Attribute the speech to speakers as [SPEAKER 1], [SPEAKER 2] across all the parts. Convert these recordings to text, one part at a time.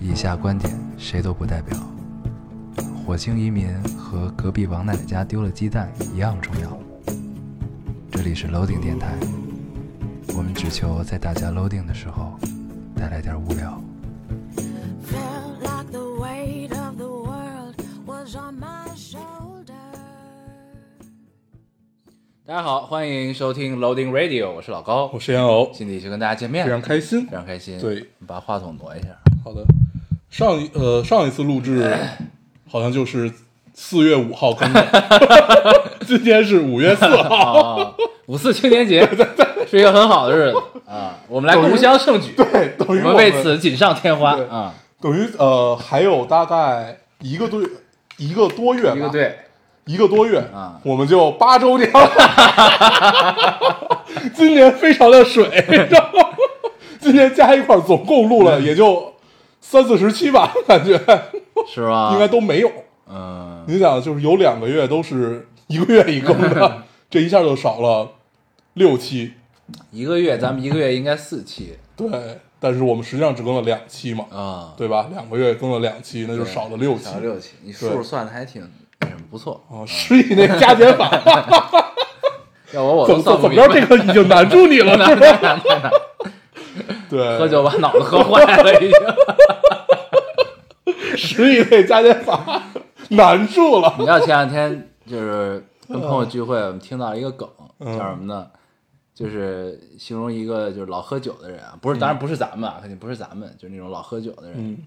[SPEAKER 1] 以下观点谁都不代表。火星移民和隔壁王奶奶家丢了鸡蛋一样重要。这里是 Loading 电台，我们只求在大家 Loading 的时候带来点无聊。
[SPEAKER 2] Felt like the weight of the world was on my shoulders.
[SPEAKER 3] 大家好，欢迎收听 Loading Radio，我是老高
[SPEAKER 4] 我，是杨偶，
[SPEAKER 3] 新的一期跟大家见面，
[SPEAKER 4] 非常开心
[SPEAKER 3] 非。常开心。
[SPEAKER 4] 对，
[SPEAKER 3] 把话筒挪一下。
[SPEAKER 4] 好的，上一呃上一次录制
[SPEAKER 3] 哎
[SPEAKER 4] 好像就是四月五号更的， 今天是五月四号，
[SPEAKER 3] 啊，五四青年节是一个很好的日子啊，我们来共襄盛举，
[SPEAKER 4] 对，等
[SPEAKER 3] 我
[SPEAKER 4] 于
[SPEAKER 3] 们为此锦上添花
[SPEAKER 4] 对
[SPEAKER 3] 啊，
[SPEAKER 4] 等于呃还有大概一个多一个多月吧，
[SPEAKER 3] 一个队
[SPEAKER 4] 一个多月
[SPEAKER 3] 啊
[SPEAKER 4] 我们就八周年了。 今年非常的水，然后今年加一块儿总共录
[SPEAKER 3] 嗯
[SPEAKER 4] 了也就三四十期吧，感觉
[SPEAKER 3] 啊是吧？
[SPEAKER 4] 应该都没有。
[SPEAKER 3] 嗯，
[SPEAKER 4] 你想，就是有两个月都是一个月一更 的，这一下就少了六期。
[SPEAKER 3] 一个月咱们一个月应该四期
[SPEAKER 4] 对，但是我们实际上只更了两期嘛，
[SPEAKER 3] 啊，
[SPEAKER 4] 对吧？两个月更了两期，那就
[SPEAKER 3] 对
[SPEAKER 4] 少了六期
[SPEAKER 3] 少。了六期，你数
[SPEAKER 4] 对
[SPEAKER 3] 算的还挺那什么不错。
[SPEAKER 4] 啊，失忆那加减法，
[SPEAKER 3] 要 我我
[SPEAKER 4] 怎
[SPEAKER 3] 都
[SPEAKER 4] 么
[SPEAKER 3] 算
[SPEAKER 4] 怎
[SPEAKER 3] 不
[SPEAKER 4] 么
[SPEAKER 3] 明白
[SPEAKER 4] 着，这个已经难住你 了，是吧？对，
[SPEAKER 3] 喝酒把脑子喝坏 了已经。
[SPEAKER 4] 十以内加减法难住了。
[SPEAKER 3] 你知道前两天就是跟朋友聚会，我们听到一个梗，
[SPEAKER 4] 嗯
[SPEAKER 3] 叫什么呢？就是形容一个就是老喝酒的人啊，不是，当然不是咱们啊，肯定不是咱们，就是那种老喝酒的人，
[SPEAKER 4] 嗯，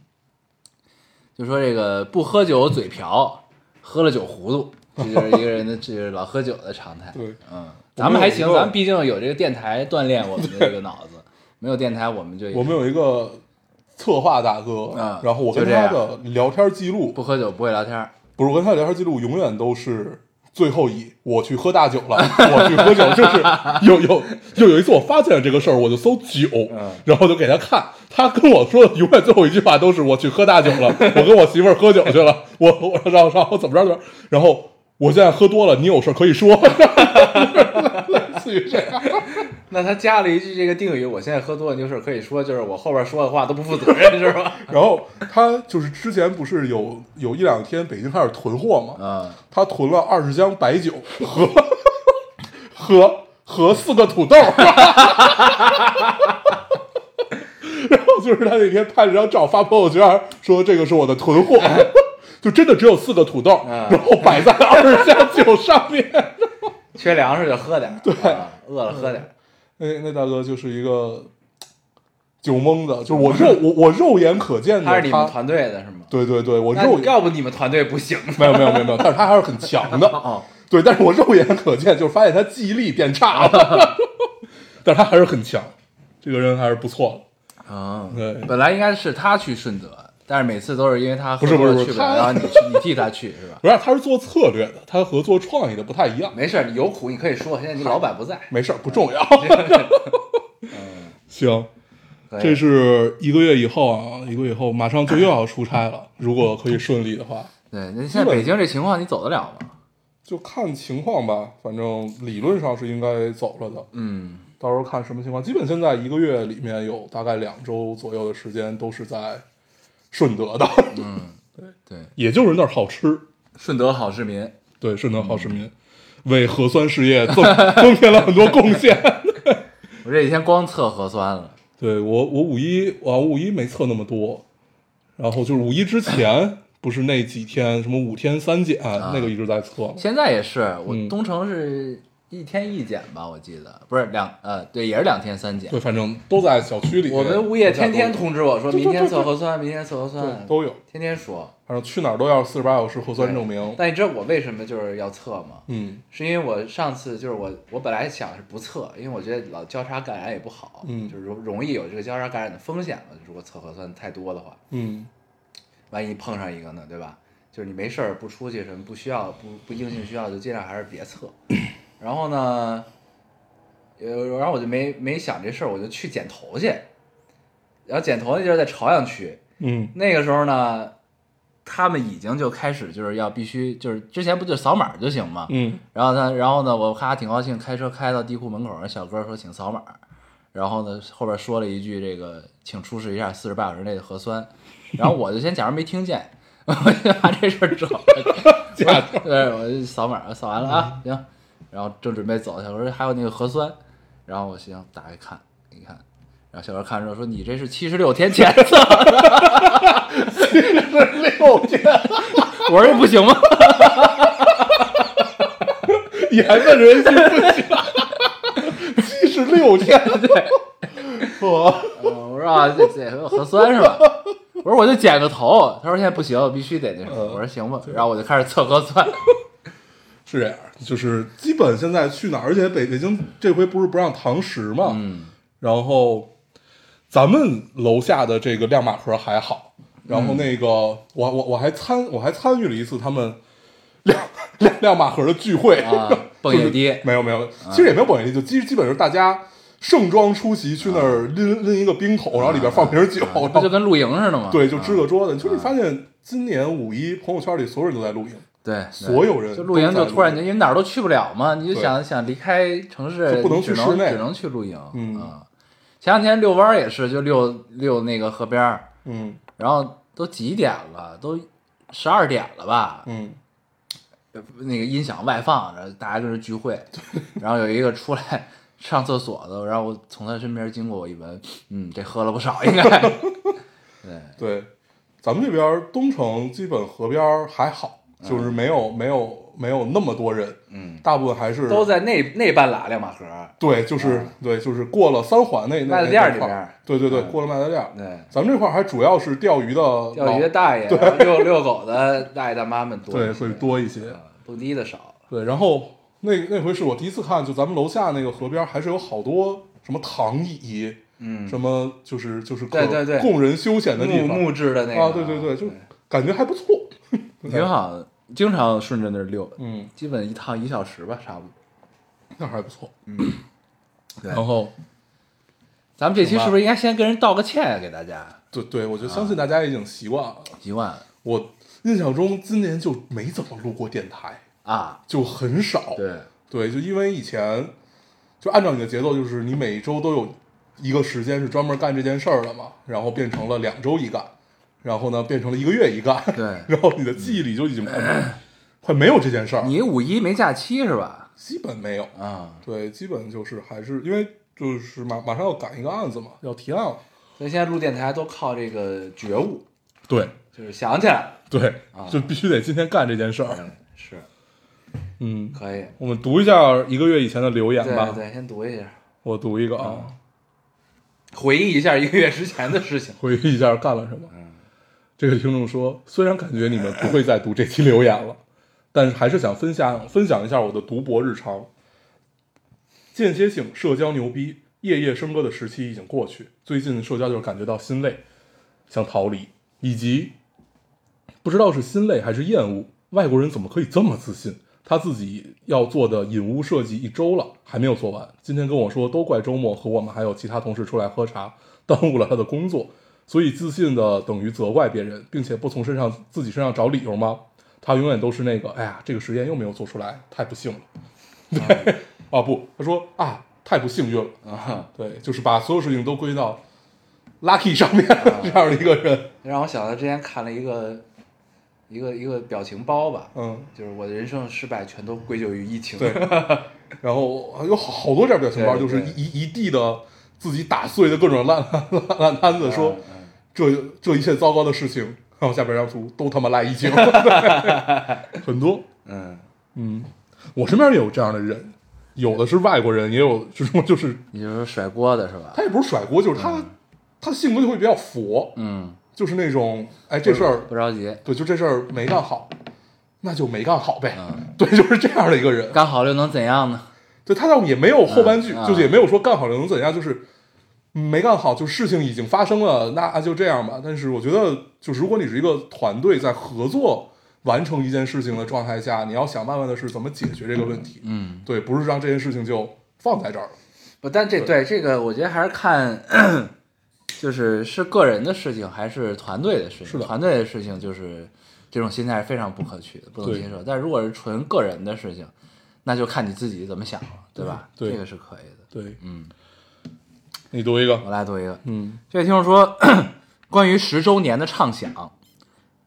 [SPEAKER 3] 就说这个不喝酒嘴瓢，喝了酒糊涂，这就是一个人的，这就是老喝酒的常态。
[SPEAKER 4] 对，
[SPEAKER 3] 嗯，咱们还行，
[SPEAKER 4] 我们有一个
[SPEAKER 3] 咱们毕竟有这个电台锻炼我们的这个脑 子，没有电台我们就也
[SPEAKER 4] 我们有一个策划大哥
[SPEAKER 3] 嗯，
[SPEAKER 4] 然后我跟
[SPEAKER 3] 就这
[SPEAKER 4] 他
[SPEAKER 3] 样
[SPEAKER 4] 的聊天记录
[SPEAKER 3] 不喝酒不会聊天儿，
[SPEAKER 4] 不是，我跟他的聊天记录永远都是最后以我去喝大酒了， 我去喝酒，就是有有就有一次我发现了这个事儿，我就搜酒，然后就给他看，他跟我说的永远最后一句话都是我去喝大酒了， 我跟我媳妇儿喝酒去了， 我我然后然后怎么着怎么着，然后我现在喝多了，你有事儿可以说， 类似于这样，
[SPEAKER 3] 那他加了一句这个定语，我现在喝多了，就是可以说，就是我后边说的话都不负责任，是吧？
[SPEAKER 4] 然后他就是之前不是有有一两天北京开始囤货嘛，
[SPEAKER 3] 嗯，
[SPEAKER 4] 他囤了二十箱白酒和和和四个土豆， 然后就是他那天拍了张照发朋友圈，说这个是我的囤货，
[SPEAKER 3] 哎
[SPEAKER 4] 就真的只有四个土豆，
[SPEAKER 3] 嗯
[SPEAKER 4] 然后摆在二十箱酒上面。
[SPEAKER 3] 哎缺粮食就喝点儿，对，饿了喝点儿。
[SPEAKER 4] 那那大哥就是一个酒蒙子，就是 我肉我我肉眼可见
[SPEAKER 3] 他
[SPEAKER 4] 的
[SPEAKER 3] 是你们
[SPEAKER 4] 他，
[SPEAKER 3] 团队的是吗？
[SPEAKER 4] 对对对，我
[SPEAKER 3] 那
[SPEAKER 4] 肉眼
[SPEAKER 3] 要不你们团队不行。
[SPEAKER 4] 没有没有没有没有，但是他还是很强的。
[SPEAKER 3] 哦，
[SPEAKER 4] 对，但是我肉眼可见就是发现他记忆力变差了，但是他还是很强，这个人还是不错
[SPEAKER 3] 嗯，
[SPEAKER 4] 对
[SPEAKER 3] 本来应该是他去顺德，但是每次都是因为他喝
[SPEAKER 4] 不是不
[SPEAKER 3] 多了
[SPEAKER 4] 是不
[SPEAKER 3] 去
[SPEAKER 4] 是
[SPEAKER 3] 不了，
[SPEAKER 4] 他
[SPEAKER 3] 然后你去你替他去是吧
[SPEAKER 4] 的。？不是，啊他是做策略的，他和做创意的不太一样。
[SPEAKER 3] 没事儿，你有苦你可以说，现在你老板不在。
[SPEAKER 4] 没事儿，不重要。行，
[SPEAKER 3] 可以
[SPEAKER 4] 这是一个月以后啊，一个月以后马上就又要出差了。如果可以顺利的话，
[SPEAKER 3] 对，那现在北京这情况你走得了吗？
[SPEAKER 4] 就看情况吧。反正理论上是应该走了的，
[SPEAKER 3] 嗯，
[SPEAKER 4] 到时候看什么情况。基本现在一个月里面有大概两周左右的时间都是在顺德的，
[SPEAKER 3] 嗯对，
[SPEAKER 4] 也就是那儿好吃。
[SPEAKER 3] 顺德好市民。
[SPEAKER 4] 对，顺德好市
[SPEAKER 3] 嗯
[SPEAKER 4] 民为核酸事业增增添了很多贡献。
[SPEAKER 3] 我这几天光测核酸了，
[SPEAKER 4] 对我，我五一啊，我五一没测那么多，然后就是五一之前不是那几天什么五天三检、
[SPEAKER 3] 啊
[SPEAKER 4] 那个一直在测吗，
[SPEAKER 3] 现在也是，我
[SPEAKER 4] 嗯
[SPEAKER 3] 东城是一天一检吧，我记得不是两呃，对，也是两天三检。
[SPEAKER 4] 对，反正都在小区里。
[SPEAKER 3] 我们物业天天
[SPEAKER 4] 都
[SPEAKER 3] 通知我说，
[SPEAKER 4] 对
[SPEAKER 3] 明天
[SPEAKER 4] 对
[SPEAKER 3] 测核酸，明天测核
[SPEAKER 4] 对
[SPEAKER 3] 酸，
[SPEAKER 4] 都有，
[SPEAKER 3] 天天说。
[SPEAKER 4] 反正去哪儿都要四十八小时核酸证明。
[SPEAKER 3] 但你知道我为什么就是要测吗？
[SPEAKER 4] 嗯
[SPEAKER 3] 是因为我上次就是我我本来想是不测，因为我觉得老交叉感染也不好，
[SPEAKER 4] 嗯
[SPEAKER 3] 就是容容易有这个交叉感染的风险嘛。如果测核酸太多的话，
[SPEAKER 4] 嗯，
[SPEAKER 3] 万一碰上一个呢，对吧？就是你没事儿不出去什么，不需要不不硬性需要就尽量还是别测。然后呢，呃，然后我就没没想这事儿，我就去剪头去。然后剪头那地儿在朝阳区，
[SPEAKER 4] 嗯
[SPEAKER 3] 那个时候呢，他们已经就开始就是要必须就是之前不就扫码就行吗？
[SPEAKER 4] 嗯
[SPEAKER 3] 然后他，然后呢，我哈挺高兴，开车开到地库门口，小哥说请扫码，然后呢，后边说了一句这个，请出示一下四十八小时内的核酸。然后我就先假装没听见， 我就把这事儿整了。
[SPEAKER 4] 假嗯装
[SPEAKER 3] 对，我就扫码，扫完了啊，行。然后正准备走，小哥还有那个核酸，然后我行打开看一看，然后小哥看之后说：“你这是七十六天前 的。”
[SPEAKER 4] 六 天，
[SPEAKER 3] 我说：“这不行吗？”
[SPEAKER 4] 你还问人家不行？七十六 天，对， 我
[SPEAKER 3] 嗯我说啊，这这核酸是吧？我说我就剪个头，他说现在不行，必须得那什
[SPEAKER 4] 嗯
[SPEAKER 3] 么。我说行吧，然后我就开始测核 酸。
[SPEAKER 4] 是这样，就是基本现在去哪儿，而且北北京这回不是不让堂食嘛，
[SPEAKER 3] 嗯，
[SPEAKER 4] 然后咱们楼下的这个亮马河还好，然
[SPEAKER 3] 嗯
[SPEAKER 4] 后那个、我我我还参我还参与了一次他们亮 亮亮马河的聚会
[SPEAKER 3] 啊蹦
[SPEAKER 4] 就是
[SPEAKER 3] 野啊 迪
[SPEAKER 4] 没有没有，其实也没有蹦野迪，就基基本就是大家盛装出席去那儿拎拎一个冰桶，然后里边放瓶酒，然
[SPEAKER 3] 啊不
[SPEAKER 4] 后
[SPEAKER 3] 就跟露营似的吗？
[SPEAKER 4] 对就支个桌
[SPEAKER 3] 啊
[SPEAKER 4] 子，就是你发现今年五一朋友圈里所有人都在露营，
[SPEAKER 3] 对，对
[SPEAKER 4] 所有人
[SPEAKER 3] 就露营
[SPEAKER 4] 都
[SPEAKER 3] 就
[SPEAKER 4] 在
[SPEAKER 3] 突然
[SPEAKER 4] 露
[SPEAKER 3] 间，
[SPEAKER 4] 营
[SPEAKER 3] 因为哪儿都去不了嘛，你就
[SPEAKER 4] 对
[SPEAKER 3] 想想离开城市，
[SPEAKER 4] 就不能
[SPEAKER 3] 只
[SPEAKER 4] 去室内
[SPEAKER 3] 只能去露营。
[SPEAKER 4] 嗯
[SPEAKER 3] 啊，前两天遛弯儿也是，就遛遛那个河边儿，
[SPEAKER 4] 嗯
[SPEAKER 3] 然后都几点了？都十二点了吧？
[SPEAKER 4] 嗯
[SPEAKER 3] 那个音响外放，然后大家跟这聚 会，然后有一个出来上厕所的，然后我从他身边经过，我一闻，嗯，这喝了不少，应 该。对，
[SPEAKER 4] 对，咱们这边儿东城基本河边儿还好，就是没有、没有没有那么多人，
[SPEAKER 3] 嗯，
[SPEAKER 4] 大部分还是
[SPEAKER 3] 都在那那半拉亮马河，
[SPEAKER 4] 对，就是、对，就是过了三环那那
[SPEAKER 3] 麦子店儿
[SPEAKER 4] 那块
[SPEAKER 3] 里边儿
[SPEAKER 4] 对对对，
[SPEAKER 3] 嗯
[SPEAKER 4] 过了麦子店儿。
[SPEAKER 3] 对，
[SPEAKER 4] 咱们这块儿还主要是钓鱼的老
[SPEAKER 3] 钓鱼的大爷、遛遛狗的大爷大妈们多一些，
[SPEAKER 4] 对会多一些，
[SPEAKER 3] 啊，蹦迪的少，
[SPEAKER 4] 对，然后那那回是我第一次看，就咱们楼下那个河边儿还是有好多什么躺椅，
[SPEAKER 3] 嗯，
[SPEAKER 4] 什么就是就是可
[SPEAKER 3] 对对对
[SPEAKER 4] 供人休闲的地
[SPEAKER 3] 木
[SPEAKER 4] 方
[SPEAKER 3] 木质的那个
[SPEAKER 4] 啊，对对对，就感觉还不错，
[SPEAKER 3] 挺好，经常顺着那儿遛，
[SPEAKER 4] 嗯，
[SPEAKER 3] 基本一趟一小时吧，差不多。
[SPEAKER 4] 那还不错，
[SPEAKER 3] 嗯对
[SPEAKER 4] 然后
[SPEAKER 3] 咱们这期
[SPEAKER 4] 行吧
[SPEAKER 3] 是不是应该先跟人道个歉啊？给大家
[SPEAKER 4] 对对，我就相信大家已经习惯了。
[SPEAKER 3] 一万
[SPEAKER 4] 我印象中今年就没怎么录过电台，
[SPEAKER 3] 啊，
[SPEAKER 4] 就很少。
[SPEAKER 3] 对。
[SPEAKER 4] 对就因为以前就按照你的节奏，就是你每周都有一个时间是专门干这件事儿的嘛，然后变成了两周一干，然后呢变成了一个月一干，
[SPEAKER 3] 对
[SPEAKER 4] 然后你的记忆里就已经快快没有这件事儿，
[SPEAKER 3] 你五一没假期是吧？
[SPEAKER 4] 基本没有。
[SPEAKER 3] 啊，
[SPEAKER 4] 对，基本就是还是因为就是马马上要赶一个案子嘛，要提案了。
[SPEAKER 3] 所以现在录电台都靠这个觉悟，
[SPEAKER 4] 对
[SPEAKER 3] 就是想起来了，
[SPEAKER 4] 对
[SPEAKER 3] 啊，
[SPEAKER 4] 就必须得今天干这件事儿。
[SPEAKER 3] 嗯，是
[SPEAKER 4] 嗯，
[SPEAKER 3] 可以。
[SPEAKER 4] 我们读一下一个月以前的留言吧。
[SPEAKER 3] 对对，先读一下，
[SPEAKER 4] 我读一个啊，
[SPEAKER 3] 回忆一下一个月之前的事情。
[SPEAKER 4] 回忆一下干了什么。这个听众说，虽然感觉你们不会再读这期留言了，但是还是想分享分享一下我的读博日常。间歇性社交牛逼，夜夜笙歌的时期已经过去，最近社交就是感觉到心累，想逃离，以及不知道是心累还是厌恶，外国人怎么可以这么自信？他自己要做的引屋设计一周了，还没有做完。今天跟我说，都怪周末和我们还有其他同事出来喝茶，耽误了他的工作，所以自信的等于责怪别人，并且不从身上自己身上找理由吗？他永远都是那个，哎呀，这个实验又没有做出来，太不幸了。 对，啊不，他说啊，太不幸运了。
[SPEAKER 3] 啊，
[SPEAKER 4] 对，就是把所有事情都归到 lucky 上面
[SPEAKER 3] 啊
[SPEAKER 4] 这样的一个人。
[SPEAKER 3] 让我想到之前看了一个一个一个表情包吧，
[SPEAKER 4] 嗯，
[SPEAKER 3] 就是我的人生失败全都归咎于疫情。
[SPEAKER 4] 对，然后有好好多这样表情包，
[SPEAKER 3] 对
[SPEAKER 4] 就是
[SPEAKER 3] 对
[SPEAKER 4] 一一一地的自己打碎的各种烂烂烂烂摊子，说
[SPEAKER 3] 嗯
[SPEAKER 4] 这这一切糟糕的事情，然后下边一张图都他妈赖疫情， 很多。
[SPEAKER 3] 嗯，
[SPEAKER 4] 嗯，我身边也有这样的人，有的是外国人，也有就是 就是
[SPEAKER 3] 你就是说甩锅的是吧
[SPEAKER 4] 他？也不是甩锅，就是他、他性格就会比较佛，
[SPEAKER 3] 嗯，
[SPEAKER 4] 就是那种哎这事儿
[SPEAKER 3] 不着急，
[SPEAKER 4] 对，就这事儿没干好，那就没干好呗，
[SPEAKER 3] 嗯
[SPEAKER 4] 对，就是这样的一个人。
[SPEAKER 3] 干好了又能怎样呢？
[SPEAKER 4] 对他倒也没有后半句，
[SPEAKER 3] 嗯
[SPEAKER 4] 就是也没有说干好了能怎样，就是没干好，就事情已经发生了，那就这样吧。但是我觉得，就是如果你是一个团队在合作完成一件事情的状态下，你要想办法的是怎么解决这个问题。
[SPEAKER 3] 嗯，
[SPEAKER 4] 对，不是让这件事情就放在这儿了。
[SPEAKER 3] 不，但这
[SPEAKER 4] 对
[SPEAKER 3] 对这个，我觉得还是看，就是是个人的事情还是团队的事情。
[SPEAKER 4] 是的
[SPEAKER 3] 团队的事情就是这种心态是非常不可取的，不能
[SPEAKER 4] 对
[SPEAKER 3] 接受。但如果是纯个人的事情，那就看你自己怎么想了，对吧？
[SPEAKER 4] 对
[SPEAKER 3] 这个是可以的。
[SPEAKER 4] 对，
[SPEAKER 3] 嗯，
[SPEAKER 4] 你读一个，
[SPEAKER 3] 我来读一个，
[SPEAKER 4] 嗯，
[SPEAKER 3] 这位听众说， 关于十周年的畅想，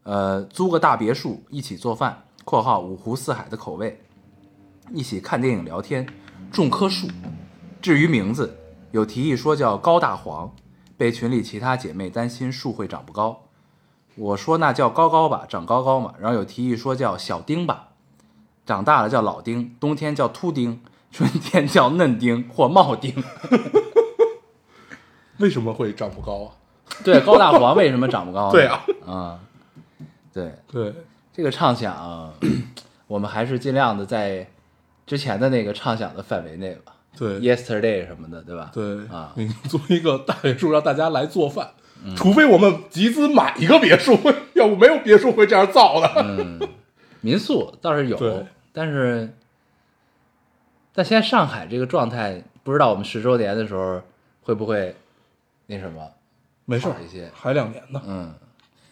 [SPEAKER 3] 呃，租个大别墅，一起做饭（括号五湖四海的口味），一起看电影聊天，种棵树。至于名字，有提议说叫高大黄，被群里其他姐妹担心树会长不高。我说那叫高高吧，长高高嘛。然后有提议说叫小丁吧，长大了叫老丁，冬天叫秃丁，春天叫嫩丁或茂丁。
[SPEAKER 4] 为什么会长不高啊？
[SPEAKER 3] 对，高大黄为什么长不高？
[SPEAKER 4] 对，啊，
[SPEAKER 3] 啊、对
[SPEAKER 4] 对，
[SPEAKER 3] 这个畅想啊，我们还是尽量的在之前的那个畅想的范围内吧。
[SPEAKER 4] 对，
[SPEAKER 3] Yesterday 什么的，对吧？
[SPEAKER 4] 对
[SPEAKER 3] 啊嗯
[SPEAKER 4] 你租一个大别墅让大家来做饭，除非我们集资买一个别墅， 要不没有别墅会这样造的。
[SPEAKER 3] 民宿倒是有
[SPEAKER 4] 对，
[SPEAKER 3] 但是但现在上海这个状态，不知道我们十周年的时候会不会那什么？
[SPEAKER 4] 没事儿
[SPEAKER 3] 好一些，
[SPEAKER 4] 还两年呢，
[SPEAKER 3] 嗯，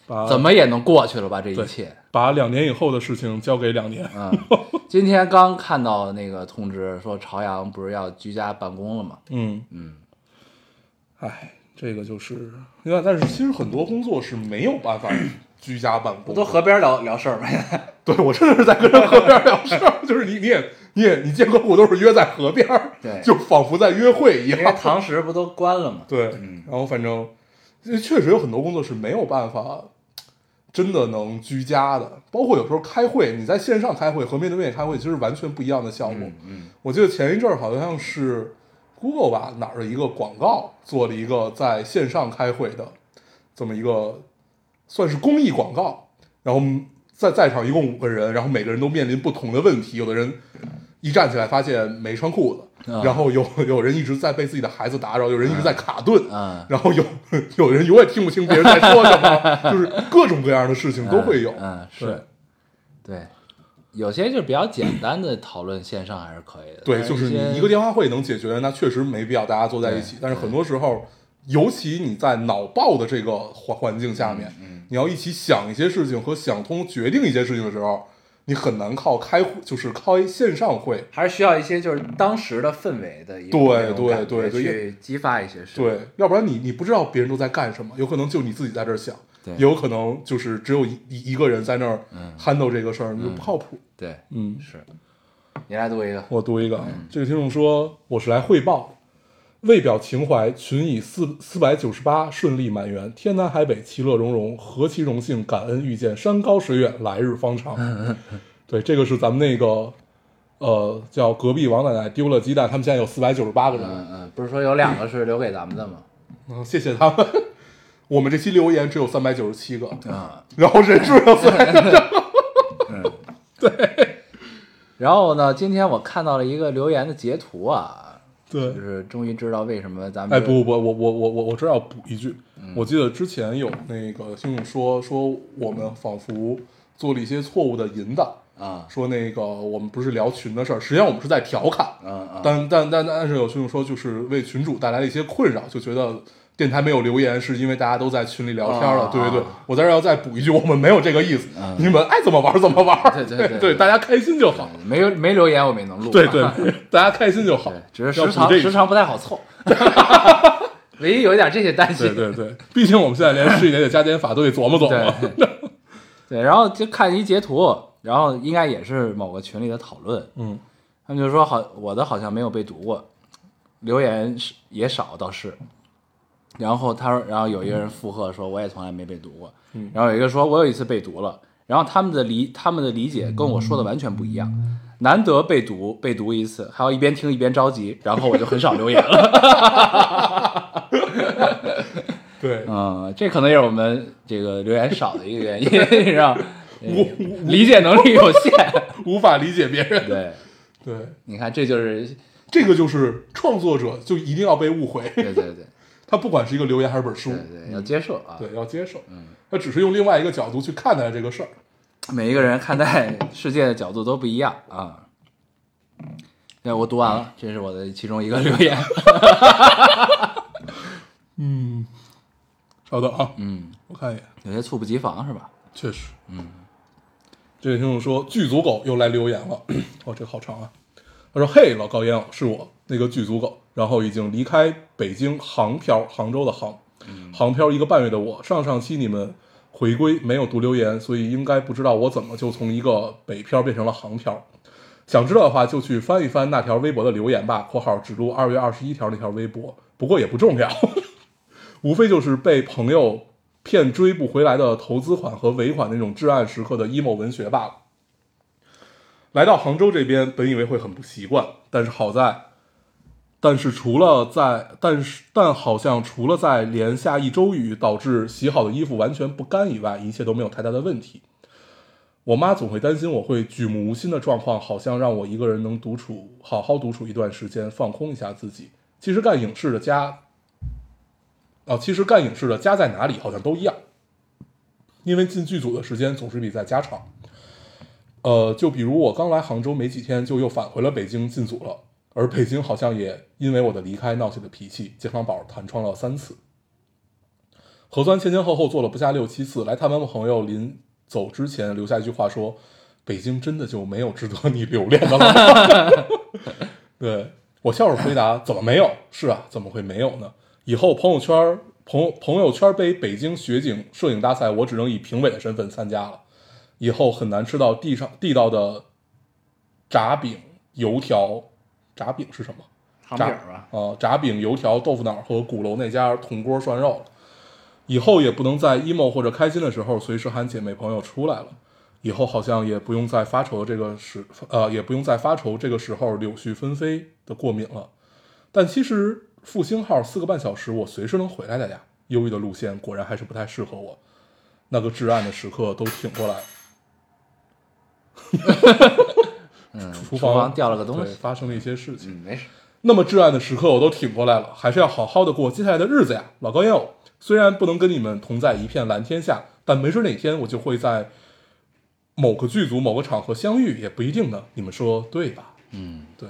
[SPEAKER 4] 把
[SPEAKER 3] 怎么也能过去了吧？这一
[SPEAKER 4] 对
[SPEAKER 3] 切。
[SPEAKER 4] 把两年以后的事情交给两年？
[SPEAKER 3] 嗯，今天刚看到那个通知说朝阳不是要居家办公了吗？
[SPEAKER 4] 嗯，
[SPEAKER 3] 嗯，
[SPEAKER 4] 哎，这个就是，因为但是其实很多工作是没有办法 居家办公的，
[SPEAKER 3] 边聊聊事儿 吧。
[SPEAKER 4] 对我真的是在跟人河边儿聊事儿， 就是你你也你也你见客户都是约在河边儿，
[SPEAKER 3] 对
[SPEAKER 4] 就仿佛在约会一
[SPEAKER 3] 因为
[SPEAKER 4] 样。
[SPEAKER 3] 堂食不都关了吗？
[SPEAKER 4] 对，
[SPEAKER 3] 嗯
[SPEAKER 4] 然后反正这确实有很多工作是没有办法真的能居家的，包括有时候开会，你在线上开会和面对面开会，其实完全不一样的项目。
[SPEAKER 3] 嗯嗯，
[SPEAKER 4] 我记得前一阵儿好像是 Google 吧哪儿的一个广告做了一个在线上开会的这么一个算是公益广告，然后在在场一共五个人，然后每个人都面临不同的问题，有的人一站起来发现没穿裤子，
[SPEAKER 3] 啊
[SPEAKER 4] 然后有 有人一直在被自己的孩子打扰，有人一直在卡顿，
[SPEAKER 3] 嗯
[SPEAKER 4] 然后有 有人永远听不清别人在说什么， 就是各种各样的事情都会有，
[SPEAKER 3] 嗯嗯是
[SPEAKER 4] 对
[SPEAKER 3] 对，有些就比较简单的讨论，线上还是可以的。
[SPEAKER 4] 对，
[SPEAKER 3] 但
[SPEAKER 4] 就是
[SPEAKER 3] 嗯些
[SPEAKER 4] 你一个电话会能解决，那确实没必要大家坐在一起
[SPEAKER 3] 对。
[SPEAKER 4] 但是很多时候，尤其你在脑爆的这个环环境下面，
[SPEAKER 3] 嗯
[SPEAKER 4] 你要一起想一些事情和想通决定一些事情的时候，你很难靠开会，就是靠线上会。
[SPEAKER 3] 还是需要一些就是当时的氛围的一个
[SPEAKER 4] 对
[SPEAKER 3] 那种
[SPEAKER 4] 对
[SPEAKER 3] 感觉
[SPEAKER 4] 对对
[SPEAKER 3] 去激发一些事。
[SPEAKER 4] 对，要不然你你不知道别人都在干什么，有可能就你自己在这儿想，
[SPEAKER 3] 对
[SPEAKER 4] 也有可能就是只有一一一个人在那儿 handle 这个事儿，你就不靠谱。
[SPEAKER 3] 对，
[SPEAKER 4] 嗯，
[SPEAKER 3] 是。你来读一个，
[SPEAKER 4] 我读一个，啊这个听众说：“我是来汇报，为表情怀，群以四四百九十八顺利满员，天南海北，其乐融融，何其荣幸，感恩遇见，山高水远，来日方长。”对，这个是咱们那个，呃，叫隔壁王奶奶丢了鸡蛋，他们现在有四百九十八个人，
[SPEAKER 3] 嗯嗯，不是说有两个是留给咱们的吗？
[SPEAKER 4] 嗯谢谢他们。 我们这期留言只有三百九十七个，
[SPEAKER 3] 啊，
[SPEAKER 4] 然后人数有四百，
[SPEAKER 3] 然后呢，今天我看到了一个留言的截图啊，
[SPEAKER 4] 对
[SPEAKER 3] 就，是终于知道为什么咱们
[SPEAKER 4] 哎，不不不，我我我我我这儿要补一句，我记得之前有那个听众说说我们仿佛做了一些错误的引导，
[SPEAKER 3] 啊，
[SPEAKER 4] 说那个我们不是聊群的事儿，实际上我们是在调侃，
[SPEAKER 3] 嗯嗯，
[SPEAKER 4] 但但但但是有听众说就是为群主带来了一些困扰，就觉得。电台没有留言，是因为大家都在群里聊天了，
[SPEAKER 3] 啊
[SPEAKER 4] 对对对
[SPEAKER 3] 啊。
[SPEAKER 4] 我在这儿要再补一句，我们没有这个意思，你们爱怎么玩儿怎么玩儿，
[SPEAKER 3] 对对
[SPEAKER 4] 对
[SPEAKER 3] 对对
[SPEAKER 4] 大家开心就好，
[SPEAKER 3] 没有没留言我们也能录。
[SPEAKER 4] 对对，对 大家开心就好
[SPEAKER 3] 对，，只是
[SPEAKER 4] 要
[SPEAKER 3] 时
[SPEAKER 4] 补
[SPEAKER 3] 长
[SPEAKER 4] 这一句
[SPEAKER 3] 时长不太好 凑，唯一有一点这些担心
[SPEAKER 4] 对。对对，毕竟我们现在连市里的加减法都得琢磨琢磨。
[SPEAKER 3] 对 对，然后就看一截图，然后应该也是某个群里的讨论，
[SPEAKER 4] 嗯，
[SPEAKER 3] 他们就说好我的好像没有被读过，留言是也少倒是。然后他说，然后有一个人附和说我也从来没被读过，然后有一个说我有一次被读了，然后他们的理他们的理解跟我说的完全不一样，难得被读被读一次，还要一边听一边着急，然后我就很少留言了。
[SPEAKER 4] 对，
[SPEAKER 3] 嗯，这可能也是我们这个留言少的一个原因， 让呃
[SPEAKER 4] 无
[SPEAKER 3] 理解能力有 限。
[SPEAKER 4] 无法理解别人。
[SPEAKER 3] 对，
[SPEAKER 4] 对，
[SPEAKER 3] 你看，这就是
[SPEAKER 4] 这个就是创作者就一定要被误会，
[SPEAKER 3] 对对对
[SPEAKER 4] 他不管是一个留言还是本书
[SPEAKER 3] 对，对，要接受啊。
[SPEAKER 4] 对，要接受，他只是用另外一个角度去看待这个事儿。
[SPEAKER 3] 每一个人看待世界的角度都不一样啊。对，我读完了，这是我的其中一个留 言。
[SPEAKER 4] 嗯，稍等啊，
[SPEAKER 3] 嗯，
[SPEAKER 4] 我看一眼，
[SPEAKER 3] 有些猝不及防是吧？
[SPEAKER 4] 确实，嗯，这位听众说剧 组狗又来留言了，哦，这个好长啊。他说：“嘿，老高烟偶是我那个剧组狗，然后已经离开北京航漂，杭州的杭，航漂一个半月的我，上上期你们回归没有读留言，所以应该不知道我怎么就从一个北漂变成了航漂。想知道的话，就去翻一翻那条微博的留言吧（括号只录二月二十一条那条微博），不过也不重要， 无非就是被朋友骗追不回来的投资款和尾款那种至暗时刻的 emo 文学罢了。来到杭州这边，本以为会很不习惯，但是好在，但是除了在，但是但好像除了在连下一周雨导致洗好的衣服完全不干以外，一切都没有太大的问题。我妈总会担心我会举目无亲的状况，好像让我一个人能独处，好好独处一段时间，放空一下自己。其实干影视的家，哦，其实干影视的家在哪里好像都一样，因为进剧组的时间总是比在家长。呃，就比如我刚来杭州没几天，就又返回了北京进组了，而北京好像也因为我的离开闹起了脾气，健康宝弹窗了三次。核酸前前后后做了不下六七次，来台湾的朋友临走之前留下一句话说：“北京真的就没有值得你留恋的了。”对我笑着回答：“怎么没有？是啊，怎么会没有呢？以后朋友圈朋友朋友圈杯北京雪景摄影大赛，我只能以评委的身份参加了。以后很难吃到地上地道的炸饼、油条。炸饼是什么？
[SPEAKER 3] 糖饼
[SPEAKER 4] 炸
[SPEAKER 3] 儿吧，
[SPEAKER 4] 啊，炸饼、油条、豆腐脑和鼓楼那家铜锅涮肉了。以后也不能在 emo 或者开心的时候随时喊姐妹朋友出来了。以后好像也不用在发愁这个时，呃，也不用在发愁这个时候柳絮纷飞的过敏了。但其实复兴号四个半小时，我随时能回来的呀。忧郁的路线果然还是不太适合我。那个至暗的时刻都挺过来了，
[SPEAKER 3] 嗯，
[SPEAKER 4] 厨
[SPEAKER 3] 厨
[SPEAKER 4] 房
[SPEAKER 3] 掉了个东
[SPEAKER 4] 对，
[SPEAKER 3] 西，
[SPEAKER 4] 发生了一些事情。
[SPEAKER 3] 嗯，没事，
[SPEAKER 4] 那么至暗的时刻我都挺过来了，还是要好好的过接下来的日子呀，老高烟友。虽然不能跟你们同在一片蓝天下，但没准哪天我就会在某个剧组、某个场合相遇，也不一定呢。你们说对吧？
[SPEAKER 3] 嗯，
[SPEAKER 4] 对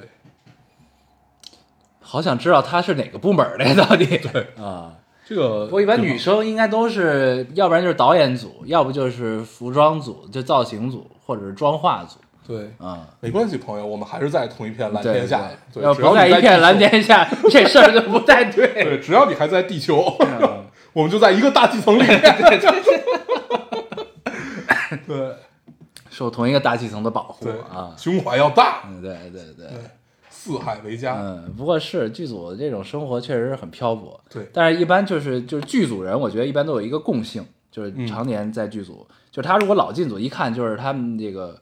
[SPEAKER 3] 好想知道他是哪个部门儿的呀，到底
[SPEAKER 4] 对，
[SPEAKER 3] 啊。
[SPEAKER 4] 这个
[SPEAKER 3] 不过一般
[SPEAKER 4] 对吧
[SPEAKER 3] 女生应该都是，要不然就是导演组，要不就是服装组，就造型组或者是妆化组
[SPEAKER 4] 对
[SPEAKER 3] 啊。
[SPEAKER 4] 没关系，朋友，我们还是在同一片蓝
[SPEAKER 3] 对
[SPEAKER 4] 天下。
[SPEAKER 3] 对
[SPEAKER 4] 对，
[SPEAKER 3] 要
[SPEAKER 4] 只
[SPEAKER 3] 不
[SPEAKER 4] 你
[SPEAKER 3] 在一片蓝
[SPEAKER 4] 地
[SPEAKER 3] 天下，这事儿就不太
[SPEAKER 4] 球，
[SPEAKER 3] 对。
[SPEAKER 4] 对，只要你还在地球，
[SPEAKER 3] 嗯
[SPEAKER 4] 我们就在一个大气 层里。对
[SPEAKER 3] 受同一个大气层的保护
[SPEAKER 4] 对
[SPEAKER 3] 啊。
[SPEAKER 4] 胸怀要大，
[SPEAKER 3] 嗯，对对对，
[SPEAKER 4] 四海为家。
[SPEAKER 3] 嗯，不过是剧组这种生活确实很漂泊。
[SPEAKER 4] 对
[SPEAKER 3] 但是一般就是就是剧组人，我觉得一般都有一个共性，就是
[SPEAKER 4] 嗯
[SPEAKER 3] 常年在剧组，就是他如果老进组，一看就是他们这个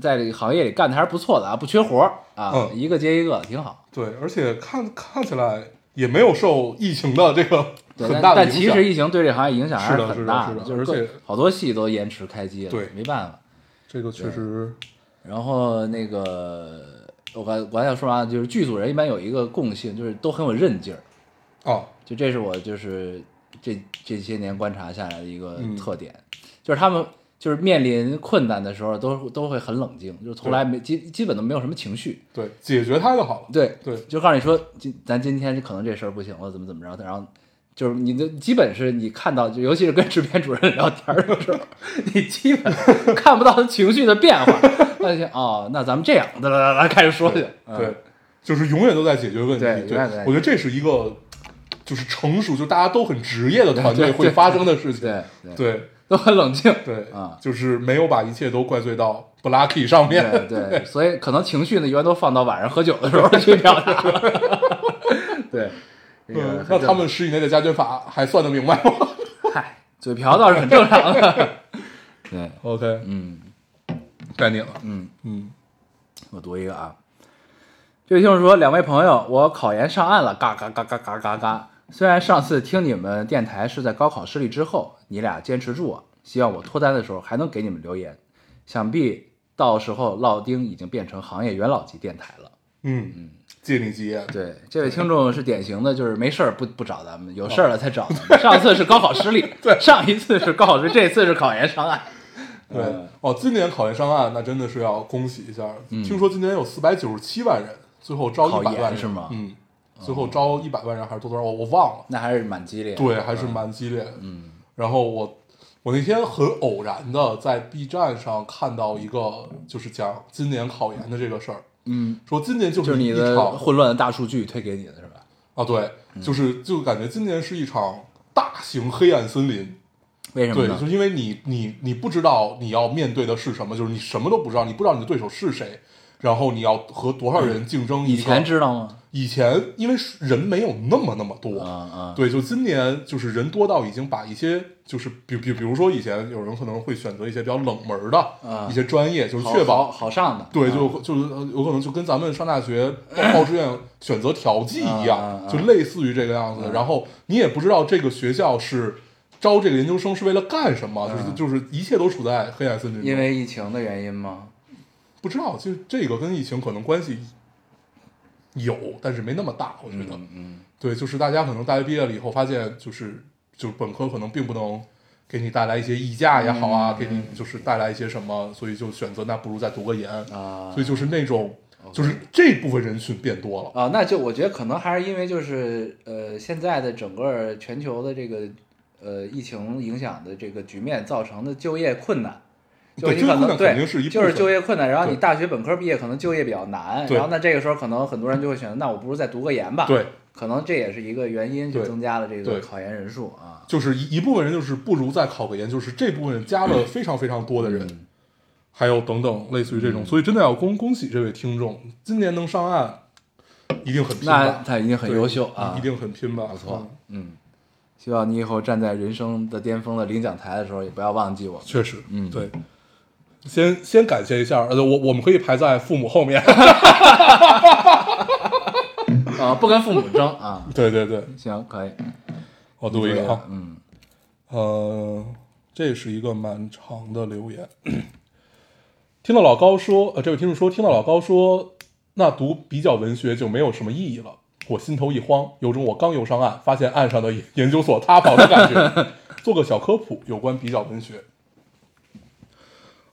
[SPEAKER 3] 在这个行业里干的还是不错的啊，不缺活儿啊，
[SPEAKER 4] 嗯
[SPEAKER 3] 一个接一个，挺好。
[SPEAKER 4] 对，而且看看起来也没有受疫情的这个
[SPEAKER 3] 对，
[SPEAKER 4] 很
[SPEAKER 3] 但
[SPEAKER 4] 大的
[SPEAKER 3] 但
[SPEAKER 4] 影响。
[SPEAKER 3] 其实疫情对这行业影响还
[SPEAKER 4] 是的
[SPEAKER 3] 很大
[SPEAKER 4] 是的是
[SPEAKER 3] 就
[SPEAKER 4] 的
[SPEAKER 3] 是
[SPEAKER 4] 而
[SPEAKER 3] 各
[SPEAKER 4] 且
[SPEAKER 3] 好多戏都延迟开机了，
[SPEAKER 4] 对
[SPEAKER 3] 没办法。
[SPEAKER 4] 这个确实，
[SPEAKER 3] 然后那个我刚我还想说啥，就是剧组人一般有一个共性，就是都很有韧劲儿。
[SPEAKER 4] 哦，
[SPEAKER 3] 就这是我就是这这些年观察下来的一个
[SPEAKER 4] 嗯
[SPEAKER 3] 特点，就是他们就是面临困难的时候都都会很冷静，就是从来没基基本都没有什么情绪。
[SPEAKER 4] 对，解决它就好了。
[SPEAKER 3] 对，
[SPEAKER 4] 对，
[SPEAKER 3] 就告诉你说，今咱今天可能这事儿不行了，怎么怎么着的，然后。就是你的基本是你看到，就尤其是跟制片主任聊天的时候，你基本看不到他情绪的变化。那就哦，那咱们这样，哒哒哒哒开始说去。嗯
[SPEAKER 4] 对，就是永远都在解决问题。
[SPEAKER 3] 对
[SPEAKER 4] 对，
[SPEAKER 3] 永远在
[SPEAKER 4] 我觉得这是一个就是成熟，就大家都很职业的团
[SPEAKER 3] 对
[SPEAKER 4] 队
[SPEAKER 3] 对对
[SPEAKER 4] 会发生的事情。
[SPEAKER 3] 对对
[SPEAKER 4] 对
[SPEAKER 3] 都很冷静。
[SPEAKER 4] 对
[SPEAKER 3] 啊
[SPEAKER 4] 就是没有把一切都怪罪到 Blacky 上面。嗯
[SPEAKER 3] 对对，所以可能情绪呢，一般都放到晚上喝酒的时候去表达了。 对，这个
[SPEAKER 4] 嗯
[SPEAKER 3] 很，
[SPEAKER 4] 那
[SPEAKER 3] 正
[SPEAKER 4] 他们十以内的加减法还算得明白吗
[SPEAKER 3] 嗨，哎嘴瓢倒是很正常的。对，
[SPEAKER 4] ？OK，
[SPEAKER 3] 嗯
[SPEAKER 4] 该你了。
[SPEAKER 3] 嗯，
[SPEAKER 4] 嗯，
[SPEAKER 3] 我读一个啊，这位听众说，两位朋友，我考研上岸了，嘎嘎嘎嘎嘎嘎嘎。虽然上次听你们电台是在高考失利之后，你俩坚持住我，希望我脱单的时候还能给你们留言。想必到时候烙丁已经变成行业元老级电台了。
[SPEAKER 4] 嗯，借你吉言。
[SPEAKER 3] 对，这位听众是典型的，就是没事儿不不找咱们，有事儿了才找
[SPEAKER 4] 哦
[SPEAKER 3] 咱们。上次是高考失利，对，上一次是高考失利，这次是考研上岸。嗯
[SPEAKER 4] 对，哦，今年考研上岸，那真的是要恭喜一下。听说今年有四百九十七万人，最后招
[SPEAKER 3] 嗯考
[SPEAKER 4] 一百
[SPEAKER 3] 研
[SPEAKER 4] 万人
[SPEAKER 3] 是吗哦
[SPEAKER 4] 嗯，最后招一百万人还是多多少？我我忘了。
[SPEAKER 3] 那还是蛮激烈的。
[SPEAKER 4] 对，还是蛮激烈的。嗯，然后我我那天很偶然的在 B 站上看到一个，就是讲今年考研的这个事儿，
[SPEAKER 3] 嗯，
[SPEAKER 4] 说今年就
[SPEAKER 3] 就是
[SPEAKER 4] 是
[SPEAKER 3] 你
[SPEAKER 4] 一
[SPEAKER 3] 的嗯
[SPEAKER 4] 场
[SPEAKER 3] 混乱的大数据推给你的是吧？
[SPEAKER 4] 啊，对，就是就感觉今年是一场大型黑暗森林，
[SPEAKER 3] 为什么
[SPEAKER 4] 对，
[SPEAKER 3] 呢
[SPEAKER 4] 就是？因为你你你不知道你要面对的是什么，就是你什么都不知道，你不知道你的对手是谁，然后你要和多少人竞争一
[SPEAKER 3] 以
[SPEAKER 4] 个。
[SPEAKER 3] 前知道吗？
[SPEAKER 4] 以前因为人没有那么那么多，
[SPEAKER 3] 啊啊，
[SPEAKER 4] 对，就今年就是人多到已经把一些就是比比比如说以前有人可能会选择一些比较冷门的、
[SPEAKER 3] 啊
[SPEAKER 4] 一些专业，就是
[SPEAKER 3] 好
[SPEAKER 4] 确保
[SPEAKER 3] 好好上的，
[SPEAKER 4] 对，
[SPEAKER 3] 啊
[SPEAKER 4] 就就是呃有可能就跟咱们上大学报报志 愿选择调剂一
[SPEAKER 3] 啊
[SPEAKER 4] 样
[SPEAKER 3] 啊，
[SPEAKER 4] 就类似于这个样
[SPEAKER 3] 嗯
[SPEAKER 4] 子。然后你也不知道这个学校是招这个研究生是为了干什么，就是就是一切都处在黑暗森林
[SPEAKER 3] 嗯
[SPEAKER 4] 中。
[SPEAKER 3] 因为疫情的原因吗？
[SPEAKER 4] 不知道，就这个跟疫情可能关系有，但是没那么大，我觉得。
[SPEAKER 3] 嗯嗯，
[SPEAKER 4] 对，就是大家可能大学毕业了以后，发现就是就是本科可能并不能给你带来一些溢价也好
[SPEAKER 3] 嗯
[SPEAKER 4] 啊，给你就是带来一些什么，所以就选择那不如再读个研
[SPEAKER 3] 啊
[SPEAKER 4] 所以就是那种就是这部分人群变多了，
[SPEAKER 3] 啊，那就我觉得可能还是因为就是呃，现在的整个全球的这个呃疫情影响的这个局面造成的就业困难。就
[SPEAKER 4] 对
[SPEAKER 3] 你
[SPEAKER 4] 就业
[SPEAKER 3] 可
[SPEAKER 4] 困
[SPEAKER 3] 能
[SPEAKER 4] 难肯定是一
[SPEAKER 3] 就
[SPEAKER 4] 部
[SPEAKER 3] 是
[SPEAKER 4] 分
[SPEAKER 3] 就业困难，然后你
[SPEAKER 4] 对
[SPEAKER 3] 大学本科毕业可能就业比较难，
[SPEAKER 4] 对
[SPEAKER 3] 然后那这个时候可能很多人就会选择，那我不如再读个研吧。
[SPEAKER 4] 对，
[SPEAKER 3] 可能这也是一个原因，就
[SPEAKER 4] 对
[SPEAKER 3] 增加了这个
[SPEAKER 4] 对
[SPEAKER 3] 考研人数啊。
[SPEAKER 4] 就是一一部分人就是不如再考个研，就是这部分人加了非常非常多的人，
[SPEAKER 3] 嗯
[SPEAKER 4] 还有等等类似于这种，所以真的要恭恭喜这位听众，今年能上岸，一定很拼
[SPEAKER 3] 那
[SPEAKER 4] 吧，
[SPEAKER 3] 他已经很
[SPEAKER 4] 对
[SPEAKER 3] 优秀啊，
[SPEAKER 4] 一定很拼吧，不
[SPEAKER 3] 不错，嗯，希望你以后站在人生的巅峰的领奖台的时候，也不要忘记我。
[SPEAKER 4] 确实，
[SPEAKER 3] 嗯
[SPEAKER 4] 对。先先感谢一下，呃，我我们可以排在父母后面。
[SPEAKER 3] 啊，不跟父母争 啊。
[SPEAKER 4] 对对对，
[SPEAKER 3] 行，可以。
[SPEAKER 4] 我读一个啊，
[SPEAKER 3] 嗯，
[SPEAKER 4] 呃，这是一个蛮长的留言。听到老高说，呃，这位听众说，听到老高说，那读比较文学就没有什么意义了。我心头一慌，有种我刚游上岸，发现岸上的研研究所塌房的感觉。做个小科普，有关比较文学。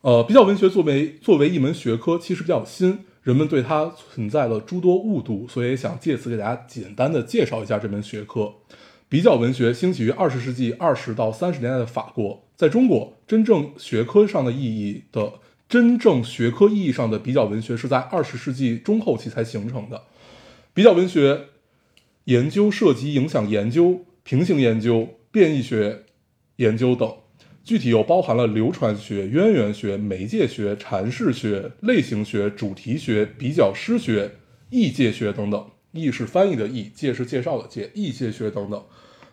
[SPEAKER 4] 呃，比较文学作为作为一门学科，其实比较新，人们对它存在了诸多误读，所以想借此给大家简单的介绍一下这门学科。比较文学兴起于二十世纪二十到三十年代的法国，在中国，真正学科上的意义的真正学科意义上的比较文学是在二十世纪中后期才形成的。比较文学研究涉及影响研究、平行研究、变异学研究等，具体又包含了流传学、渊源学、媒介学、阐释学、类型学、主题学、比较诗学、异界学等等。异是翻译的异，介是介绍的介，异界学等等。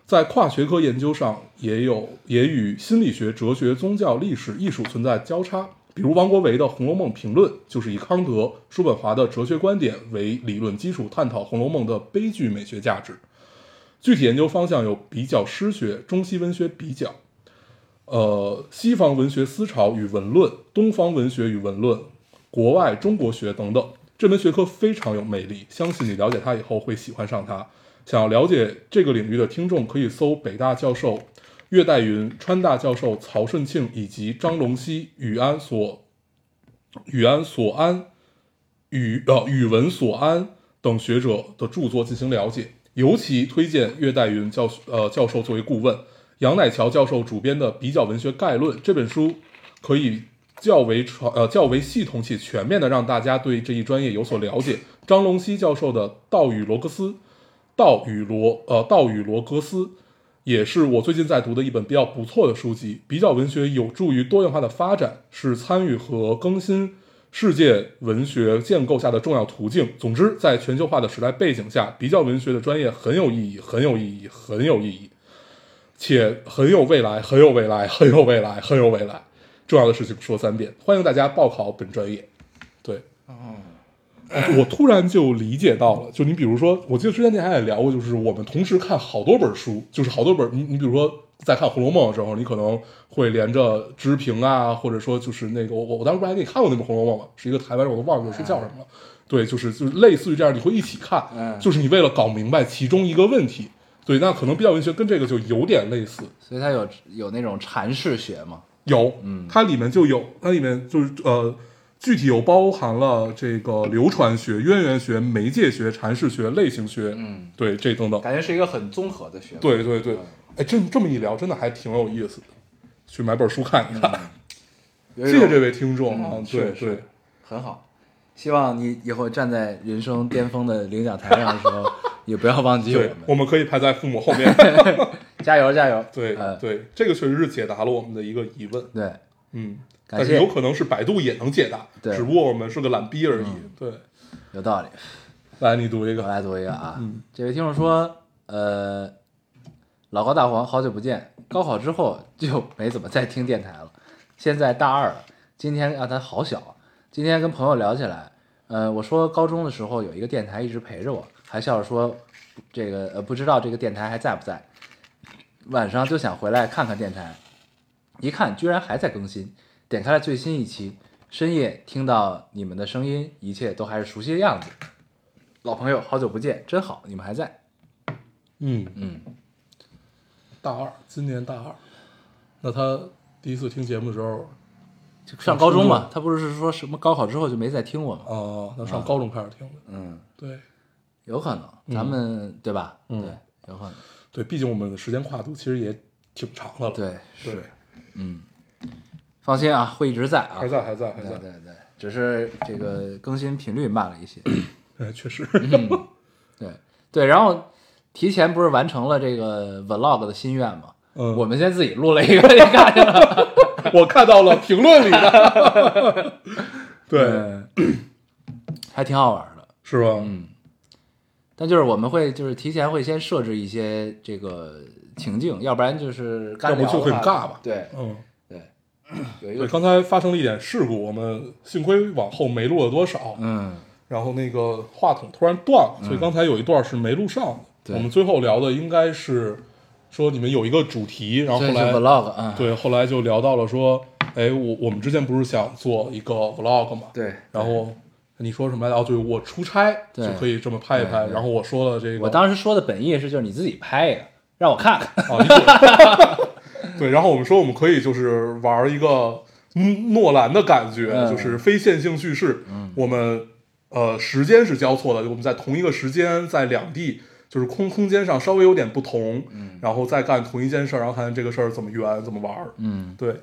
[SPEAKER 4] 在跨学科研究上，也有也与心理学、哲学、宗教、历史、艺术存在交叉。比如王国维的《红楼梦评论》，就是以康德、叔本华的哲学观点为理论基础，探讨《红楼梦》的悲剧美学价值。具体研究方向有比较诗学、中西文学比较、呃，西方文学思潮与文论、东方文学与文论、国外中国学等等。这门学科非常有魅力，相信你了解它以后会喜欢上它。想要了解这个领域的听众，可以搜北大教授岳代云、川大教授曹顺庆以及张龙溪、宇安所、宇安所安语呃语文所安等学者的著作进行了解，尤其推荐岳代云教呃教授作为顾问，杨乃桥教授主编的《比较文学概论》这本书，可以较为传呃较为系统且全面的让大家对这一专业有所了解。张龙溪教授的《道与罗格斯》，《道与罗呃道与罗格斯》。也是我最近在读的一本比较不错的书籍。比较文学有助于多样化的发展，是参与和更新世界文学建构下的重要途径。总之，在全球化的时代背景下，比较文学的专业很有意义，很有意义，很有意义，且很有未来，很有未来，很有未来，很有未来。重要的事情说三遍，欢迎大家报考本专业。对，我突然就理解到了，就你比如说，我记得之前电台也聊过，就是我们同时看好多本书，就是好多本，你你比如说在看《红楼梦》的时候，你可能会连着知评啊，或者说就是那个我我我当时不是还给你看过那本《红楼梦》吗？是一个台湾人，我都忘了是叫什么了。对，就是就是类似于这样，你会一起看，
[SPEAKER 3] 嗯
[SPEAKER 4] 就是你为了搞明白其中一个问题。对，那可能比较文学跟这个就有点类似，
[SPEAKER 3] 所以他有有那种禅式学嘛，
[SPEAKER 4] 有，
[SPEAKER 3] 嗯
[SPEAKER 4] 它里面就有，它里面就是呃，具体有包含了这个流传学、渊源学、媒介学、阐释学、类型学，嗯，对，这等等，
[SPEAKER 3] 感觉是一个很综合的学问。
[SPEAKER 4] 对对对，哎，这这么一聊，真的还挺有意思的，去买本书看一看。
[SPEAKER 3] 有一
[SPEAKER 4] 谢谢
[SPEAKER 3] 种
[SPEAKER 4] 这位听众啊
[SPEAKER 3] 嗯，
[SPEAKER 4] 对
[SPEAKER 3] 是是
[SPEAKER 4] 对，
[SPEAKER 3] 很好。希望你以后站在人生巅峰的领奖台上的时候，也不要忘记我
[SPEAKER 4] 对，我
[SPEAKER 3] 们，
[SPEAKER 4] 们可以排在父母后 面。
[SPEAKER 3] 加油加油！
[SPEAKER 4] 对
[SPEAKER 3] 呃
[SPEAKER 4] 对，这个确实是解答了我们的一个疑问。
[SPEAKER 3] 对，
[SPEAKER 4] 嗯，
[SPEAKER 3] 感
[SPEAKER 4] 但
[SPEAKER 3] 谢
[SPEAKER 4] 是有可能是百度也能解答，
[SPEAKER 3] 对嗯
[SPEAKER 4] 只不过我们是个懒逼而已。对，
[SPEAKER 3] 有道理。
[SPEAKER 4] 来你读一
[SPEAKER 3] 我
[SPEAKER 4] 个，
[SPEAKER 3] 来读一个啊，
[SPEAKER 4] 嗯
[SPEAKER 3] 这位听众说，呃，老高大黄，好久不见，高考之后就没怎么再听电台了，现在大二了，今天啊，他好小，今天跟朋友聊起来，呃，我说高中的时候有一个电台一直陪着我，还笑着说，这个呃不知道这个电台还在不在，晚上就想回来看看电台，一看居然还在更新，点开了最新一期，深夜听到你们的声音，一切都还是熟悉的样子。老朋友，好久不见，真好，你们还在。
[SPEAKER 4] 嗯，
[SPEAKER 3] 嗯，
[SPEAKER 4] 大二，今年大二，那他第一次听节目的时候，
[SPEAKER 3] 就上高中嘛，他不是说什么高考之后就没再听我吗？
[SPEAKER 4] 哦、那上高中开始听的，
[SPEAKER 3] 啊嗯，
[SPEAKER 4] 对
[SPEAKER 3] 有可能，咱们、对吧？
[SPEAKER 4] 嗯
[SPEAKER 3] 对，有可能，
[SPEAKER 4] 对，毕竟我们的时间跨度其实也挺长的了，
[SPEAKER 3] 对，
[SPEAKER 4] 对，
[SPEAKER 3] 嗯，放心啊，会一直在啊
[SPEAKER 4] 还，在还在还
[SPEAKER 3] 对
[SPEAKER 4] 在，
[SPEAKER 3] 对对，只是这个更新频率慢了一 些。
[SPEAKER 4] 哎，确实，
[SPEAKER 3] 嗯对对，然后提前不是完成了这个 vlog 的心愿吗？
[SPEAKER 4] 嗯
[SPEAKER 3] 我们先自己录了一个，你看见了？
[SPEAKER 4] 我看到了评论里的， 对，
[SPEAKER 3] 对，嗯还挺好玩的。
[SPEAKER 4] 是吧？
[SPEAKER 3] 嗯但就是我们会就是提前会先设置一些这个情境，要不然就是干
[SPEAKER 4] 要不
[SPEAKER 3] 聊
[SPEAKER 4] 就
[SPEAKER 3] 的
[SPEAKER 4] 很
[SPEAKER 3] 话
[SPEAKER 4] 尬吧
[SPEAKER 3] 对
[SPEAKER 4] 嗯，
[SPEAKER 3] 对，有一个
[SPEAKER 4] 对，刚才发生了一点事故，我们幸亏往后没录了多少，
[SPEAKER 3] 嗯，
[SPEAKER 4] 然后那个话筒突然断了，所以刚才有一段是没录上的。
[SPEAKER 3] 对
[SPEAKER 4] 我们最后聊的应该是说你们有一个主题，然后
[SPEAKER 3] 这是
[SPEAKER 4] 后来
[SPEAKER 3] vlog 啊，
[SPEAKER 4] 对后来就聊到了说，哎，我我们之前不是想做一个 vlog 嘛？。
[SPEAKER 3] 对，
[SPEAKER 4] 然后你说什么来着？哦，对，我出差
[SPEAKER 3] 对
[SPEAKER 4] 就可以这么拍一拍。然后我说了这个，
[SPEAKER 3] 我当时说的本意是就是你自己拍一个，让我看看，
[SPEAKER 4] 啊，你滚 对，然后我们说我们可以就是玩一个嗯诺兰的感觉，
[SPEAKER 3] 嗯
[SPEAKER 4] 就是非线性叙事。我们呃时间是交错的，我们在同一个时间在两地，就是空空间上稍微有点不同，
[SPEAKER 3] 嗯
[SPEAKER 4] 然后再干同一件事儿，然后看这个事儿怎么圆怎么玩儿。
[SPEAKER 3] 嗯，
[SPEAKER 4] 对，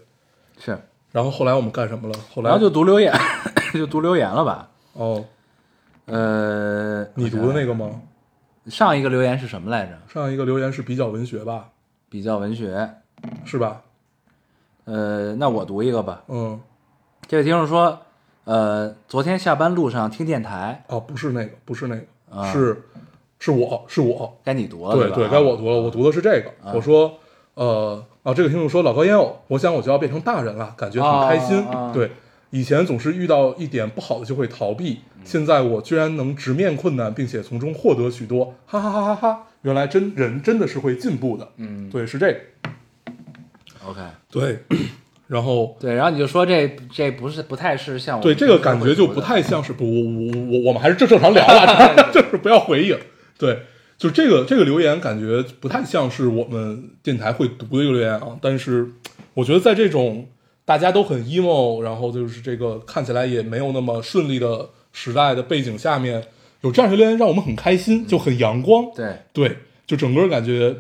[SPEAKER 3] 是，
[SPEAKER 4] 然后后来我们干什么了？后 来
[SPEAKER 3] 然后就读留言， 就读留言了吧，
[SPEAKER 4] 哦，
[SPEAKER 3] 呃，
[SPEAKER 4] 你读的那个吗？
[SPEAKER 3] 那上一个留言是什么来着？
[SPEAKER 4] 上一个留言是比较文学吧，
[SPEAKER 3] 比较文学，
[SPEAKER 4] 是吧？
[SPEAKER 3] 呃，那我读一个吧，
[SPEAKER 4] 嗯，
[SPEAKER 3] 这位听众说，呃，昨天下班路上听电台，
[SPEAKER 4] 哦，不是那个，不是那个，
[SPEAKER 3] 啊
[SPEAKER 4] 是是我是我，
[SPEAKER 3] 该你读了，
[SPEAKER 4] 对
[SPEAKER 3] 吧啊
[SPEAKER 4] 对，该我读了，我读的是这个。我说，呃，啊，这个听众说老高烟偶，我想我就要变成大人了，感觉很开心。
[SPEAKER 3] 啊啊
[SPEAKER 4] 对，以前总是遇到一点不好的就会逃避，
[SPEAKER 3] 嗯
[SPEAKER 4] 现在我居然能直面困难，并且从中获得许多，哈哈哈哈哈！原来真人真的是会进步的。
[SPEAKER 3] 嗯
[SPEAKER 4] 对，是这个。
[SPEAKER 3] ，OK，
[SPEAKER 4] 对， 然后
[SPEAKER 3] 对，然后你就说这这不是不太是像我
[SPEAKER 4] 对
[SPEAKER 3] 们
[SPEAKER 4] 这个
[SPEAKER 3] 平时
[SPEAKER 4] 感
[SPEAKER 3] 会
[SPEAKER 4] 觉就
[SPEAKER 3] 读
[SPEAKER 4] 不
[SPEAKER 3] 的
[SPEAKER 4] 太像是不，我我我我们还是正正常 聊吧， 就是不要回应。对，就这个这个留言感觉不太像是我们电台会读的一个留言啊，但是我觉得在这种大家都很 emo，然后就是这个看起来也没有那么顺利的时代的背景下面，有这样的留言让我们很开心，就很阳光。
[SPEAKER 3] 对
[SPEAKER 4] 对，就整个感觉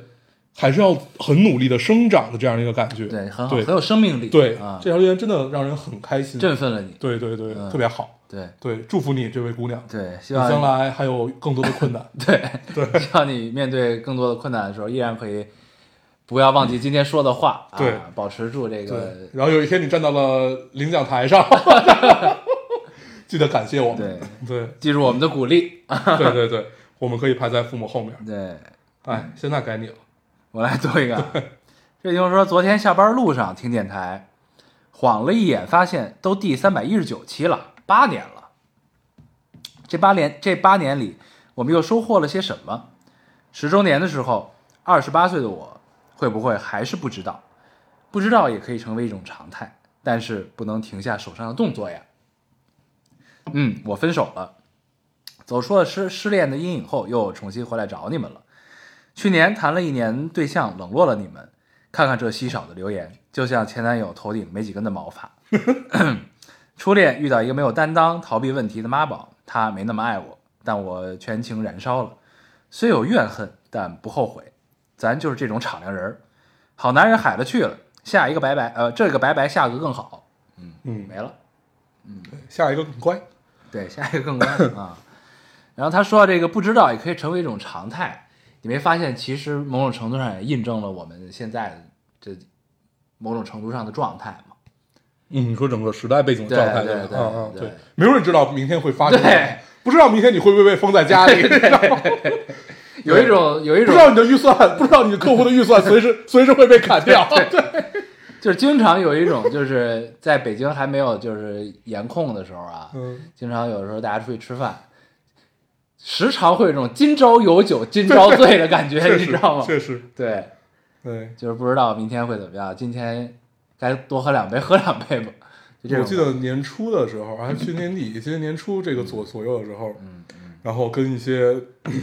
[SPEAKER 4] 还是要很努力的生长的这样一个感觉。
[SPEAKER 3] 对，很好，
[SPEAKER 4] 对
[SPEAKER 3] 很有生命力，
[SPEAKER 4] 对
[SPEAKER 3] 啊，
[SPEAKER 4] 这条留言真的让人很开心。
[SPEAKER 3] 振奋了你，
[SPEAKER 4] 对对对，
[SPEAKER 3] 嗯
[SPEAKER 4] 特别好。
[SPEAKER 3] 对
[SPEAKER 4] 对，祝福你这位姑娘，
[SPEAKER 3] 对，希
[SPEAKER 4] 你将
[SPEAKER 3] 望
[SPEAKER 4] 来还有更多的困难。
[SPEAKER 3] 对对，希望你 面对更多的困难的时候，依然可以不要忘记今天说的话，啊
[SPEAKER 4] 对
[SPEAKER 3] 保持住这
[SPEAKER 4] 对
[SPEAKER 3] 个，
[SPEAKER 4] 然后有一天你站到了领奖台上， 记得感谢我们。对
[SPEAKER 3] 记住我们的鼓励。
[SPEAKER 4] 对对对对，我们可以排在父母后面。
[SPEAKER 3] 对嗯
[SPEAKER 4] 哎，现在该你了。
[SPEAKER 3] 我来读一个 啊，这听众说昨天下班路上听电台，晃了一眼，发现都第三百一十九期了，八年了。这八年这八年里，我们又收获了些什么？十周年的时候，二十八岁的我会不会还是不知道？不知道也可以成为一种常态，但是不能停下手上的动作呀。嗯，我分手了，走出了失失恋的阴影后，又重新回来找你们了。去年谈了一年对象，冷落了你们。看看这稀少的留言，就像前男友头顶没几根的毛发。 初恋遇到一个没有担当、逃避问题的妈宝，他没那么爱我，但我全情燃烧了。虽有怨恨，但不后悔。咱就是这种敞亮人儿，好男人海了去了。下一个拜拜，呃，这个拜拜，下个更好，
[SPEAKER 4] 嗯
[SPEAKER 3] 没，了。
[SPEAKER 4] 下一个很乖。
[SPEAKER 3] 对，下一个更关啊。然后他说到这个不知道也可以成为一种常态，你没发现其实某种程度上也印证了我们现在这某种程度上的状态吗？
[SPEAKER 4] 嗯，你说整个时代背景的状态
[SPEAKER 3] 对
[SPEAKER 4] 吧
[SPEAKER 3] 对
[SPEAKER 4] 啊啊，
[SPEAKER 3] 对
[SPEAKER 4] 对
[SPEAKER 3] 对，
[SPEAKER 4] 没有人知道明天会发生什么
[SPEAKER 3] 对，
[SPEAKER 4] 不知道明天你会不会被封在家 里，
[SPEAKER 3] 有一种有一种
[SPEAKER 4] 不知道你的预算，不知道你的客户的预算随时随时会被砍掉，对，
[SPEAKER 3] 就是经常有一种，就是在北京还没有就是严控的时候啊，
[SPEAKER 4] 嗯
[SPEAKER 3] 经常有时候大家出去吃饭，时常会有一种今朝有酒今朝醉的感觉，
[SPEAKER 4] 确
[SPEAKER 3] 你
[SPEAKER 4] 实
[SPEAKER 3] 知道吗？
[SPEAKER 4] 确实，
[SPEAKER 3] 对，
[SPEAKER 4] 对，
[SPEAKER 3] 就是不知道明天会怎么样，今天该多喝两杯，喝两杯吧。就这
[SPEAKER 4] 我
[SPEAKER 3] 种，
[SPEAKER 4] 记得年初的时候，还 是去年底，今年年初这个
[SPEAKER 3] 嗯
[SPEAKER 4] 左左右的时候，然后跟一些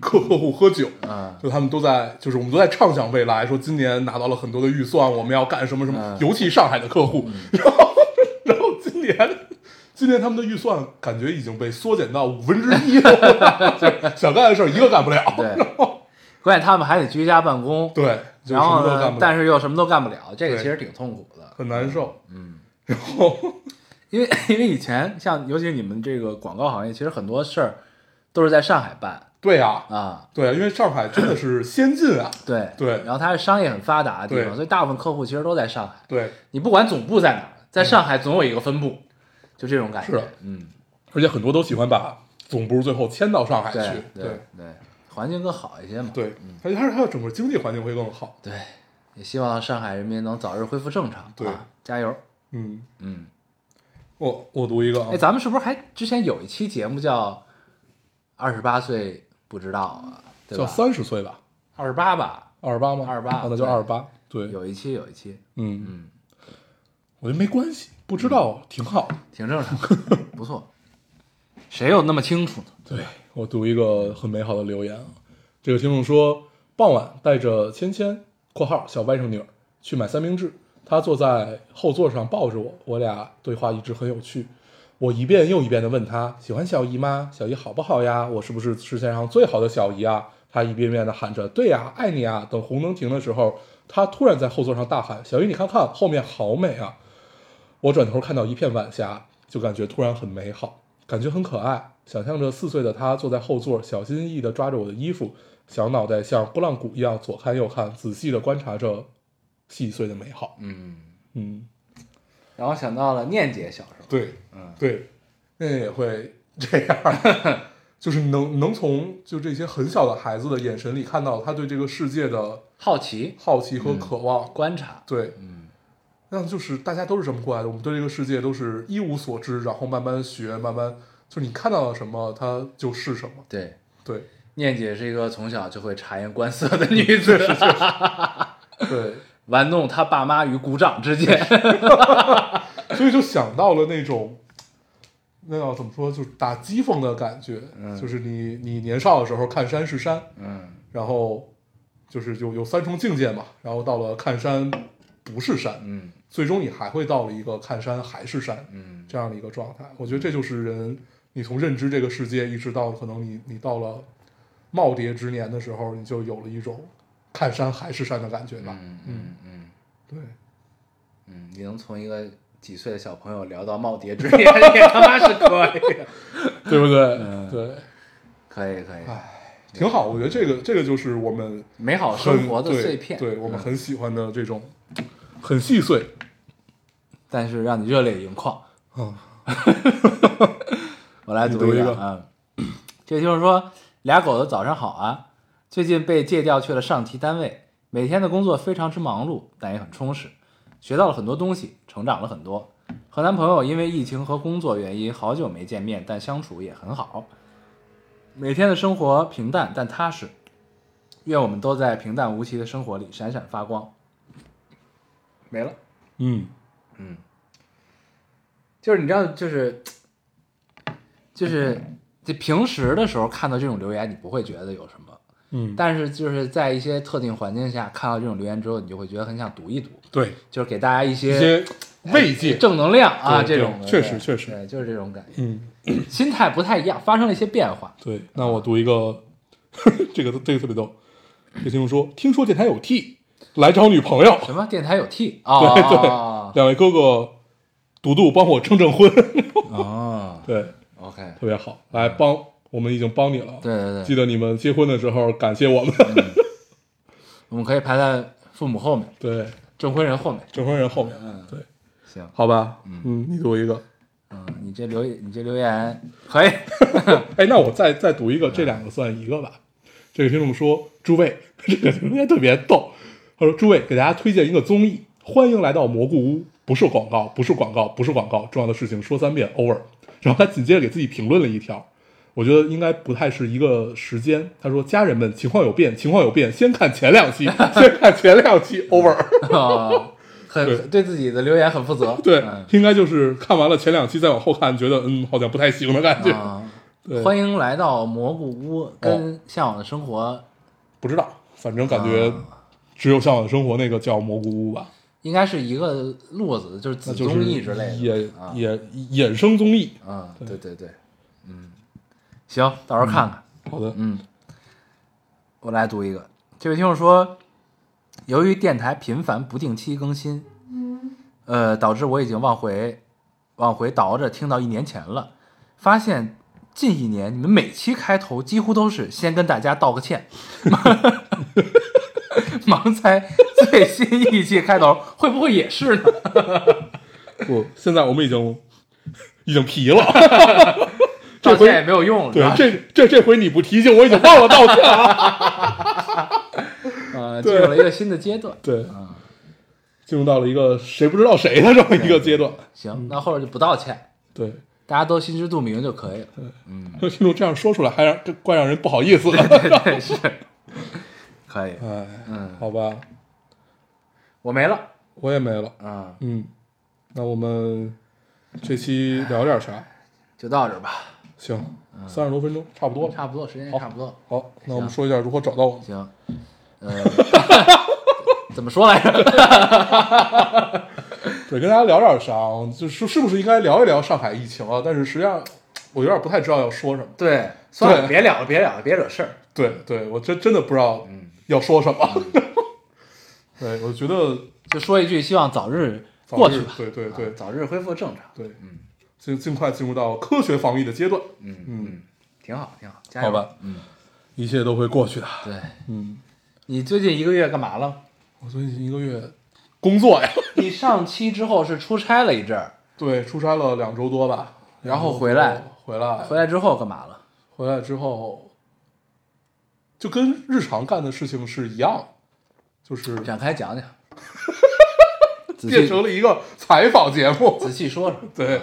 [SPEAKER 4] 客客户喝酒，
[SPEAKER 3] 嗯，
[SPEAKER 4] 就他们都在，就是我们都在畅想未来，说今年拿到了很多的预算，我们要干什么什么
[SPEAKER 3] 嗯，
[SPEAKER 4] 尤其上海的客户，然后 然后今年。今年他们的预算感觉已经被缩减到五分之一 了，就是想干的事儿一个干不了。
[SPEAKER 3] 对， 关键他们还得居家办公，
[SPEAKER 4] 哦对，就
[SPEAKER 3] 然
[SPEAKER 4] 什么
[SPEAKER 3] 后
[SPEAKER 4] 都干
[SPEAKER 3] 呢
[SPEAKER 4] 不，了，
[SPEAKER 3] 但是又什么都干不了，这个
[SPEAKER 4] 对
[SPEAKER 3] 其实挺痛苦的。
[SPEAKER 4] 很难受。
[SPEAKER 3] 嗯，
[SPEAKER 4] 然后
[SPEAKER 3] 因为因为以前像尤其你们这个广告行业，其实很多事儿都是在上海办
[SPEAKER 4] 对呀、
[SPEAKER 3] 啊，
[SPEAKER 4] 对啊，因为上海真的是先进啊，
[SPEAKER 3] 对
[SPEAKER 4] 对
[SPEAKER 3] 然后它是商业很发达的地
[SPEAKER 4] 对
[SPEAKER 3] 方，所以大部分客户其实都在上海。
[SPEAKER 4] 对，
[SPEAKER 3] 你不管总部在哪儿，在上海总有一个分部，就这种感觉
[SPEAKER 4] 嗯是。
[SPEAKER 3] 嗯，
[SPEAKER 4] 而且很多都喜欢把总部最后迁到上海
[SPEAKER 3] 对
[SPEAKER 4] 去，对
[SPEAKER 3] 对嗯对，环境更好一些嘛。
[SPEAKER 4] 对，而且它它的整个经济环境会更好。
[SPEAKER 3] 对，也希望上海人民能早日恢复正常。
[SPEAKER 4] 对
[SPEAKER 3] 啊，加油。
[SPEAKER 4] 嗯，
[SPEAKER 3] 嗯，
[SPEAKER 4] 我我读一个啊
[SPEAKER 3] 哎，，咱们是不是还之前有一期节目叫《二十八岁不知道》啊？对
[SPEAKER 4] 叫
[SPEAKER 3] 吧？
[SPEAKER 4] 三十岁吧，
[SPEAKER 3] 二十八吧，
[SPEAKER 4] 二十八吗？
[SPEAKER 3] 28
[SPEAKER 4] 啊那就
[SPEAKER 3] 对
[SPEAKER 4] 二十八。对，
[SPEAKER 3] 有一期有一期，
[SPEAKER 4] 嗯
[SPEAKER 3] 嗯，
[SPEAKER 4] 我觉得没关系，不知道挺好的。
[SPEAKER 3] 挺正常， 不错。谁有那么清楚呢？
[SPEAKER 4] 对我读一个很美好的留言啊，这个听众说，傍晚带着芊芊（括号小外甥女儿）去买三明治，她坐在后座上抱着我，我俩对话一直很有趣。我一遍又一遍地问她喜欢小姨吗？小姨好不好呀？我是不是世界上最好的小姨啊？她一遍遍地喊着对呀、爱你啊。等红灯停的时候，她突然在后座上大喊：“小姨，你看看后面好美啊！”我转头看到一片晚霞，就感觉突然很美好，感觉很可爱。想象着四岁的他坐在后座，小心翼翼地抓着我的衣服，小脑袋像拨浪鼓一样左看右看，仔细地观察着细碎的美好。
[SPEAKER 3] 嗯，
[SPEAKER 4] 嗯，
[SPEAKER 3] 然后想到了念姐小时候，
[SPEAKER 4] 对，
[SPEAKER 3] 嗯
[SPEAKER 4] 对，那也会 这样， 就是能能从就这些很小的孩子的眼神里看到他对这个世界的
[SPEAKER 3] 好奇、
[SPEAKER 4] 好奇和渴望。
[SPEAKER 3] 观察，
[SPEAKER 4] 对，
[SPEAKER 3] 嗯，
[SPEAKER 4] 那就是大家都是这么过来的，我们对这个世界都是一无所知，然后慢慢学，慢慢就是你看到了什么，它就是什么。
[SPEAKER 3] 对，
[SPEAKER 4] 对
[SPEAKER 3] 念姐是一个从小就会察言观色的女 子，
[SPEAKER 4] 对，
[SPEAKER 3] 玩弄她爸妈与鼓掌之间。
[SPEAKER 4] 所以就想到了那种，那要怎么说，就是打讥讽的感觉，
[SPEAKER 3] 嗯
[SPEAKER 4] 就是你你年少的时候看山是山，
[SPEAKER 3] 嗯
[SPEAKER 4] 然后就是有有三重境界嘛，然后到了看山不是山，
[SPEAKER 3] 嗯
[SPEAKER 4] 最终你还会到了一个看山还是山，
[SPEAKER 3] 嗯，
[SPEAKER 4] 这样的一个状态。我觉得这就是人，你从认知这个世界，一直到可能你你到了耄耋之年的时候，你就有了一种看山还是山的感觉吧。
[SPEAKER 3] 嗯嗯嗯
[SPEAKER 4] 对，
[SPEAKER 3] 嗯，你能从一个几岁的小朋友聊到耄耋 之年，也他妈是可以的，
[SPEAKER 4] 对不对？
[SPEAKER 3] 嗯
[SPEAKER 4] 对，
[SPEAKER 3] 可以可以，
[SPEAKER 4] 哎，挺好。我觉得这个这个就是我们
[SPEAKER 3] 美好
[SPEAKER 4] 很
[SPEAKER 3] 生活的
[SPEAKER 4] 对
[SPEAKER 3] 碎片，
[SPEAKER 4] 对我们
[SPEAKER 3] 嗯
[SPEAKER 4] 很喜欢的这种很细碎。
[SPEAKER 3] 但是让你热泪盈眶。
[SPEAKER 4] 嗯，
[SPEAKER 3] 我来
[SPEAKER 4] 你
[SPEAKER 3] 读
[SPEAKER 4] 读一
[SPEAKER 3] 个
[SPEAKER 4] 个
[SPEAKER 3] 啊， 这就是说，俩狗子早上好啊，最近被借调去了上级单位，每天的工作非常之忙碌，但也很充实，学到了很多东西，成长了很多。和男朋友因为疫情和工作原因好久没见面，但相处也很好。每天的生活平淡但踏实，愿我们都在平淡无奇的生活里闪闪发光。没了。
[SPEAKER 4] 嗯，
[SPEAKER 3] 就是你知道，就是就是就平时的时候看到这种留言，你不会觉得有什么，
[SPEAKER 4] 嗯，
[SPEAKER 3] 但是就是在一些特定环境下看到这种留言之后，你就会觉得很想读一读，
[SPEAKER 4] 对，
[SPEAKER 3] 就是给大家一
[SPEAKER 4] 一
[SPEAKER 3] 些
[SPEAKER 4] 些慰藉。
[SPEAKER 3] 正能量啊，这
[SPEAKER 4] 对对
[SPEAKER 3] 种的
[SPEAKER 4] 确
[SPEAKER 3] 对
[SPEAKER 4] 实确实
[SPEAKER 3] 对，就是这种感觉，
[SPEAKER 4] 嗯，
[SPEAKER 3] 心态不太一样，发生了一些变化，
[SPEAKER 4] 对，那我读一个， 这个这个特别逗。这听众说，听说电台有 T，来找女朋友。
[SPEAKER 3] 什么电台有 T 啊，
[SPEAKER 4] 对对
[SPEAKER 3] 哦
[SPEAKER 4] 两位哥哥，独独帮我征征婚。
[SPEAKER 3] 哦
[SPEAKER 4] 对，
[SPEAKER 3] 哦 OK，
[SPEAKER 4] 特别好，来帮我们已经帮你了。
[SPEAKER 3] 对对
[SPEAKER 4] 记
[SPEAKER 3] 对，
[SPEAKER 4] 得你们结婚的时候感谢我们。
[SPEAKER 3] 我们可以排在父母后面，
[SPEAKER 4] 对，
[SPEAKER 3] 证婚人后面。
[SPEAKER 4] 证婚人后面。对，
[SPEAKER 3] 行，
[SPEAKER 4] 好吧，嗯，你读一个。
[SPEAKER 3] 嗯，你这留你这留言可以，
[SPEAKER 4] 哎，那我再再读一个，这两个算一个吧。这个听众说：“诸位，这个留言特别逗。”他说：“诸位，给大家推荐一个综艺，欢迎来到蘑菇屋，不是广告，不是广告，不是广告，重要的事情说三遍，over。”然后他紧接着给自己评论了一条，我觉得应该不太是一个时间。他说：“家人们，情况有变，情况有变，先看前两期，先看前两期，over。
[SPEAKER 3] 哦 很
[SPEAKER 4] 对
[SPEAKER 3] 很对自己的留言很负责”。
[SPEAKER 4] 对
[SPEAKER 3] 嗯，
[SPEAKER 4] 应该就是看完了前两期，再往后看，觉得嗯，好像不太行的感觉。
[SPEAKER 3] 啊，
[SPEAKER 4] 对，
[SPEAKER 3] 欢迎来到蘑菇屋，跟向往的生活
[SPEAKER 4] 哦不知道，反正感觉
[SPEAKER 3] 啊
[SPEAKER 4] 只有《向往的生活》那个叫蘑菇屋吧，
[SPEAKER 3] 应该是一个路子，就是
[SPEAKER 4] 那
[SPEAKER 3] 子
[SPEAKER 4] 就是
[SPEAKER 3] 综艺之类的
[SPEAKER 4] 也
[SPEAKER 3] 啊。
[SPEAKER 4] 也衍生综艺。
[SPEAKER 3] 啊，对对对，嗯，行，到时候看看。
[SPEAKER 4] 好的，
[SPEAKER 3] 嗯，我来读一个。这位听众说，由于电台频繁不定期更新，呃，导致我已经往回往回倒着听到一年前了，发现近一年你们每期开头几乎都是先跟大家道个歉， 忙猜最新一期开头会不会也是呢？
[SPEAKER 4] 不，现在我们已经 已经皮 了。
[SPEAKER 3] 道
[SPEAKER 4] 这
[SPEAKER 3] 歉也
[SPEAKER 4] 回
[SPEAKER 3] 没有用，是
[SPEAKER 4] 对
[SPEAKER 3] 吧？
[SPEAKER 4] 这这这回你不提醒我，已经忘了道歉
[SPEAKER 3] 嗯
[SPEAKER 4] 了。
[SPEAKER 3] 呃，进
[SPEAKER 4] 对
[SPEAKER 3] 入了一个新的阶段。
[SPEAKER 4] 对，进入到了一个谁不知道谁的这么一个阶段。嗯
[SPEAKER 3] 行，那后边就不道歉，
[SPEAKER 4] 对，
[SPEAKER 3] 大家都心知肚明就可以 了。
[SPEAKER 4] 听众这样说出来，还让这怪让人不好意思的。
[SPEAKER 3] 对对是，可以，嗯
[SPEAKER 4] 哎，好吧，
[SPEAKER 3] 我没了。
[SPEAKER 4] 我也没了。
[SPEAKER 3] 嗯，
[SPEAKER 4] 嗯，那我们这期聊点啥？
[SPEAKER 3] 就到这儿吧，
[SPEAKER 4] 行，三十多分钟，差不多
[SPEAKER 3] 嗯
[SPEAKER 4] 了。
[SPEAKER 3] 差不多，时间也
[SPEAKER 4] 好
[SPEAKER 3] 差不多。
[SPEAKER 4] 好，那我们说一下如何找到我们。
[SPEAKER 3] 行，呃， 怎么说来着？
[SPEAKER 4] 对，跟大家聊点啥啊？就是是不是应该聊一聊上海疫情啊？但是实际上，我有点不太知道要说什么。
[SPEAKER 3] 对，算了，
[SPEAKER 4] 对
[SPEAKER 3] 别聊了，别聊了，别惹事儿。
[SPEAKER 4] 对，对我真真的不知道
[SPEAKER 3] 嗯
[SPEAKER 4] 要说什么。 对，我觉得
[SPEAKER 3] 就说一句，希望早日
[SPEAKER 4] 早
[SPEAKER 3] 过
[SPEAKER 4] 日
[SPEAKER 3] 去吧。
[SPEAKER 4] 对对对
[SPEAKER 3] 啊早日恢复正常。
[SPEAKER 4] 对，嗯，尽尽快进入到科学防疫的阶段。
[SPEAKER 3] 嗯
[SPEAKER 4] 嗯，
[SPEAKER 3] 挺好，挺好，加油。
[SPEAKER 4] 好吧，
[SPEAKER 3] 嗯，
[SPEAKER 4] 一切都会过去的。
[SPEAKER 3] 对
[SPEAKER 4] 嗯，
[SPEAKER 3] 你最近一个月干嘛了？
[SPEAKER 4] 我最近一个月工作呀，
[SPEAKER 3] 你上期之后是出差了一阵儿，
[SPEAKER 4] 对，出差了两周多吧，
[SPEAKER 3] 然后回来，
[SPEAKER 4] 回来，
[SPEAKER 3] 回来之后干嘛了？
[SPEAKER 4] 回来之后，就跟日常干的事情是一样的，就是
[SPEAKER 3] 展开讲讲， 仔
[SPEAKER 4] 变
[SPEAKER 3] 细
[SPEAKER 4] 成了一个采访节目。
[SPEAKER 3] 仔细说说，
[SPEAKER 4] 对，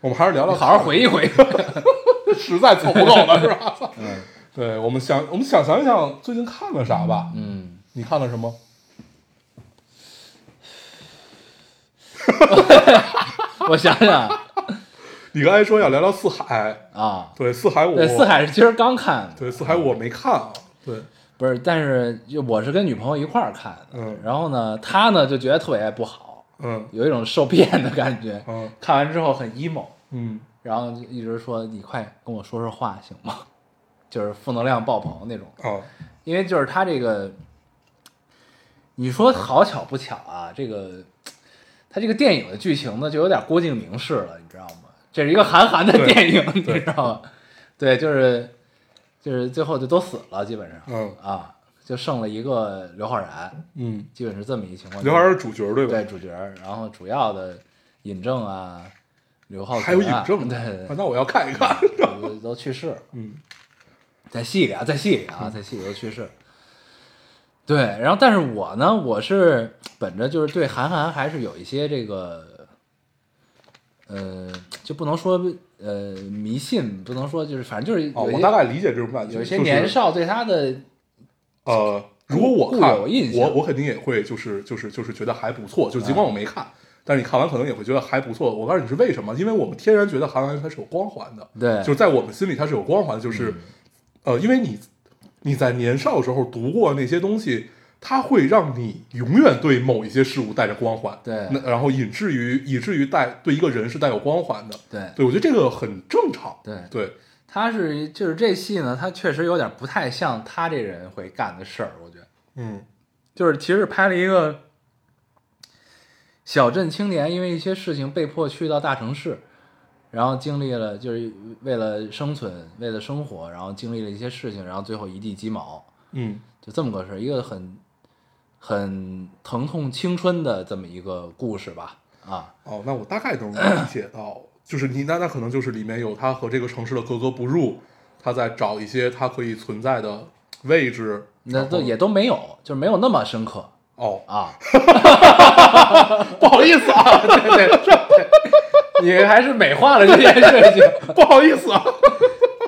[SPEAKER 4] 我们还是聊
[SPEAKER 3] 你
[SPEAKER 4] 聊，
[SPEAKER 3] 好好回忆回忆。
[SPEAKER 4] 实在凑不够了，是吧？嗯， 对，我们想，我们想想一想，最近看了啥吧？
[SPEAKER 3] 嗯。
[SPEAKER 4] 你看了什么？
[SPEAKER 3] 我想想
[SPEAKER 4] 你刚才说要聊聊四海，
[SPEAKER 3] 啊，
[SPEAKER 4] 对，四海我
[SPEAKER 3] 对，四，海是今儿刚看，
[SPEAKER 4] 对四海我没看啊，对，
[SPEAKER 3] 不是，但是就我是跟女朋友一块儿看的，
[SPEAKER 4] 嗯
[SPEAKER 3] 然后呢，她呢就觉得特别不好，
[SPEAKER 4] 嗯
[SPEAKER 3] 有一种受骗的感觉，
[SPEAKER 4] 嗯
[SPEAKER 3] 看完之后很 emo，
[SPEAKER 4] 嗯，
[SPEAKER 3] 然后就一直说你快跟我说说话行吗？就是负能量爆棚那种，
[SPEAKER 4] 啊，
[SPEAKER 3] 因为就是他这个，你说好巧不巧啊，这个他这个电影的剧情呢，就有点郭敬明式了，你知道吗？这是一个韩寒的
[SPEAKER 4] 对
[SPEAKER 3] 电影，你
[SPEAKER 4] 对
[SPEAKER 3] 知道吗？对，就是就是最后就都死了，基本上，
[SPEAKER 4] 嗯
[SPEAKER 3] 啊，就剩了一个刘昊然，
[SPEAKER 4] 嗯，
[SPEAKER 3] 基本是这么一情况。
[SPEAKER 4] 刘昊然是主角对吧？
[SPEAKER 3] 对主角，然后主要的尹正啊，刘昊、啊、
[SPEAKER 4] 还有尹正
[SPEAKER 3] 对
[SPEAKER 4] 呢，
[SPEAKER 3] 对
[SPEAKER 4] 啊
[SPEAKER 3] 对
[SPEAKER 4] 那我要看一看。
[SPEAKER 3] 都都去世了。
[SPEAKER 4] 嗯，
[SPEAKER 3] 在戏里啊，在戏里啊，在戏里都去世。对，然后但是我呢，我是本着就是对韩寒还是有一些这个，呃，就不能说呃迷信，不能说就是反正就是
[SPEAKER 4] 啊，
[SPEAKER 3] 有一
[SPEAKER 4] 我
[SPEAKER 3] 些、
[SPEAKER 4] 大概理解这种感觉，
[SPEAKER 3] 有一些
[SPEAKER 4] 就是
[SPEAKER 3] 年少对他的
[SPEAKER 4] 呃，如果我
[SPEAKER 3] 固
[SPEAKER 4] 看，
[SPEAKER 3] 有印
[SPEAKER 4] 我
[SPEAKER 3] 象
[SPEAKER 4] 我肯定也会就是就是就是觉得还不错，就尽管我没
[SPEAKER 3] 哎
[SPEAKER 4] 看，但是你看完可能也会觉得还不错。我告诉你是为什么？因为我们天然觉得韩寒他是有光环的，
[SPEAKER 3] 对，
[SPEAKER 4] 就是在我们心里他是有光环
[SPEAKER 3] 嗯
[SPEAKER 4] 的，就是、呃，因为你你在年少的时候读过那些东西。它会让你永远对某一些事物带着光环，
[SPEAKER 3] 对
[SPEAKER 4] 那然后以至于以至于带对一个人是带有光环的，
[SPEAKER 3] 对
[SPEAKER 4] 对我觉得这个很正常，
[SPEAKER 3] 对
[SPEAKER 4] 对，
[SPEAKER 3] 他是就是这戏呢，他确实有点不太像他这人会干的事儿，我觉得
[SPEAKER 4] 嗯
[SPEAKER 3] 就是其实拍了一个小镇青年，因为一些事情被迫去到大城市，然后经历了就是为了生存，为了生活，然后经历了一些事情，然后最后一地鸡毛，
[SPEAKER 4] 嗯
[SPEAKER 3] 就这么个事儿，一个很很疼痛青春的这么一个故事吧，啊，
[SPEAKER 4] 哦，那我大概能理解到，就是你那那可能就是里面有他和这个城市的格格不入，他在找一些他可以存在的位置。
[SPEAKER 3] 那
[SPEAKER 4] 然
[SPEAKER 3] 都
[SPEAKER 4] 后
[SPEAKER 3] 也都没有，就是没有那么深刻
[SPEAKER 4] 哦，
[SPEAKER 3] 啊，
[SPEAKER 4] 不好意思啊，
[SPEAKER 3] 对对对，你还是美化了这件事情，
[SPEAKER 4] 不好意思啊，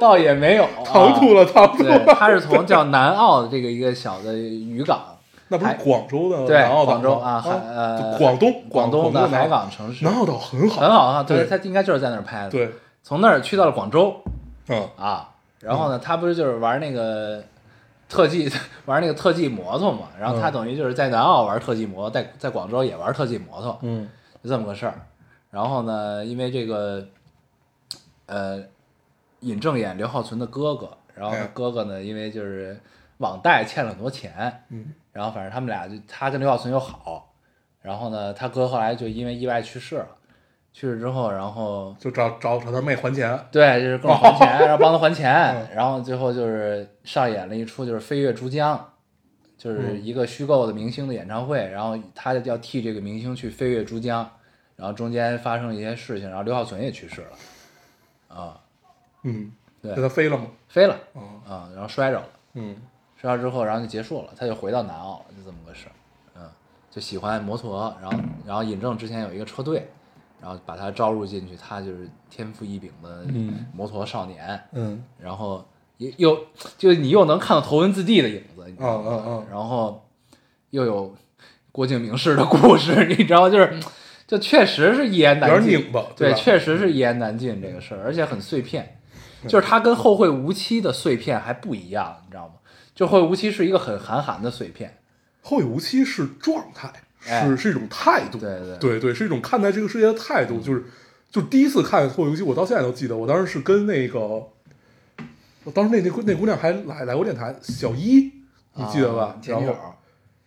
[SPEAKER 3] 倒也没有，啊
[SPEAKER 4] 唐突
[SPEAKER 3] 了。
[SPEAKER 4] 了，唐突
[SPEAKER 3] 啊对，
[SPEAKER 4] 了。
[SPEAKER 3] 他是从叫南澳的这个一个小的渔港，
[SPEAKER 4] 那不是
[SPEAKER 3] 还
[SPEAKER 4] 广州的
[SPEAKER 3] 对
[SPEAKER 4] 南澳岛
[SPEAKER 3] 广州
[SPEAKER 4] 吗哦
[SPEAKER 3] 啊海呃
[SPEAKER 4] 就广东
[SPEAKER 3] 广
[SPEAKER 4] 东
[SPEAKER 3] 的海
[SPEAKER 4] 南澳
[SPEAKER 3] 港城市，
[SPEAKER 4] 南澳岛很好，
[SPEAKER 3] 很好啊，对，
[SPEAKER 4] 对
[SPEAKER 3] 他应该就是在那儿拍的。，
[SPEAKER 4] 对，
[SPEAKER 3] 从那儿去到了广州
[SPEAKER 4] 嗯，
[SPEAKER 3] 啊，然后呢，他不是就是玩那个特技， 玩那个特技摩托嘛，然后他
[SPEAKER 4] 嗯
[SPEAKER 3] 等于就是在南澳玩特技摩托，在在广州也玩特技摩托，
[SPEAKER 4] 嗯
[SPEAKER 3] 就这么个事儿。然后呢，因为这个，呃，尹正演刘浩存的哥哥，然后他
[SPEAKER 4] 哎
[SPEAKER 3] 哥哥呢，因为就是网贷欠了很多钱，
[SPEAKER 4] 嗯，
[SPEAKER 3] 然后反正他们俩就他跟刘浩存又好，然后呢，他哥后来就因为意外去世了，去世之后，然后
[SPEAKER 4] 就找找找他妹还钱。
[SPEAKER 3] 对，就是各种还钱，然后帮他还钱， 然后最后就是上演了一出就是《飞跃珠江》，就是一个虚构的明星的演唱会，然后他要替这个明星去飞跃珠江，然后中间发生了一些事情，然后刘浩存也去世了，啊，
[SPEAKER 4] 嗯，
[SPEAKER 3] 对
[SPEAKER 4] 那他飞了吗？
[SPEAKER 3] 飞了
[SPEAKER 4] 啊，
[SPEAKER 3] 啊，然后摔着了，
[SPEAKER 4] 嗯，
[SPEAKER 3] 摔着之后，然后就结束了，他就回到南澳了，就这么个事儿，嗯，就喜欢摩托，然后然后尹正之前有一个车队，然后把他招入进去，他就是天赋异禀的
[SPEAKER 4] 嗯
[SPEAKER 3] 摩托少年，
[SPEAKER 4] 嗯，
[SPEAKER 3] 然后又又就是你又能看到头文字 D 的影子，你知
[SPEAKER 4] 啊
[SPEAKER 3] 道吗
[SPEAKER 4] 啊啊，
[SPEAKER 3] 然后又有郭敬明式的故事，你知道吗？就是就确实是一言难
[SPEAKER 4] 有
[SPEAKER 3] 尽，
[SPEAKER 4] 点拧巴，
[SPEAKER 3] 对，
[SPEAKER 4] 吧嗯
[SPEAKER 3] 确实是一言难尽这个事儿，而且很碎片，就是它跟《后会无期》的碎片还不一样，你知道吗？就《后会无期》是一个很韩寒的碎片，
[SPEAKER 4] 后会无期是状态，
[SPEAKER 3] 哎
[SPEAKER 4] 是是一种态度，
[SPEAKER 3] 对嗯对
[SPEAKER 4] 对对，是一种看待这个世界的态度。就是就是第一次看后会无期，我到现在都记得，我当时是跟那个，我当时那那姑那姑娘还来来过电台，小一，你记得吧
[SPEAKER 3] 啊？前
[SPEAKER 4] 然
[SPEAKER 3] 女
[SPEAKER 4] 后
[SPEAKER 3] 友，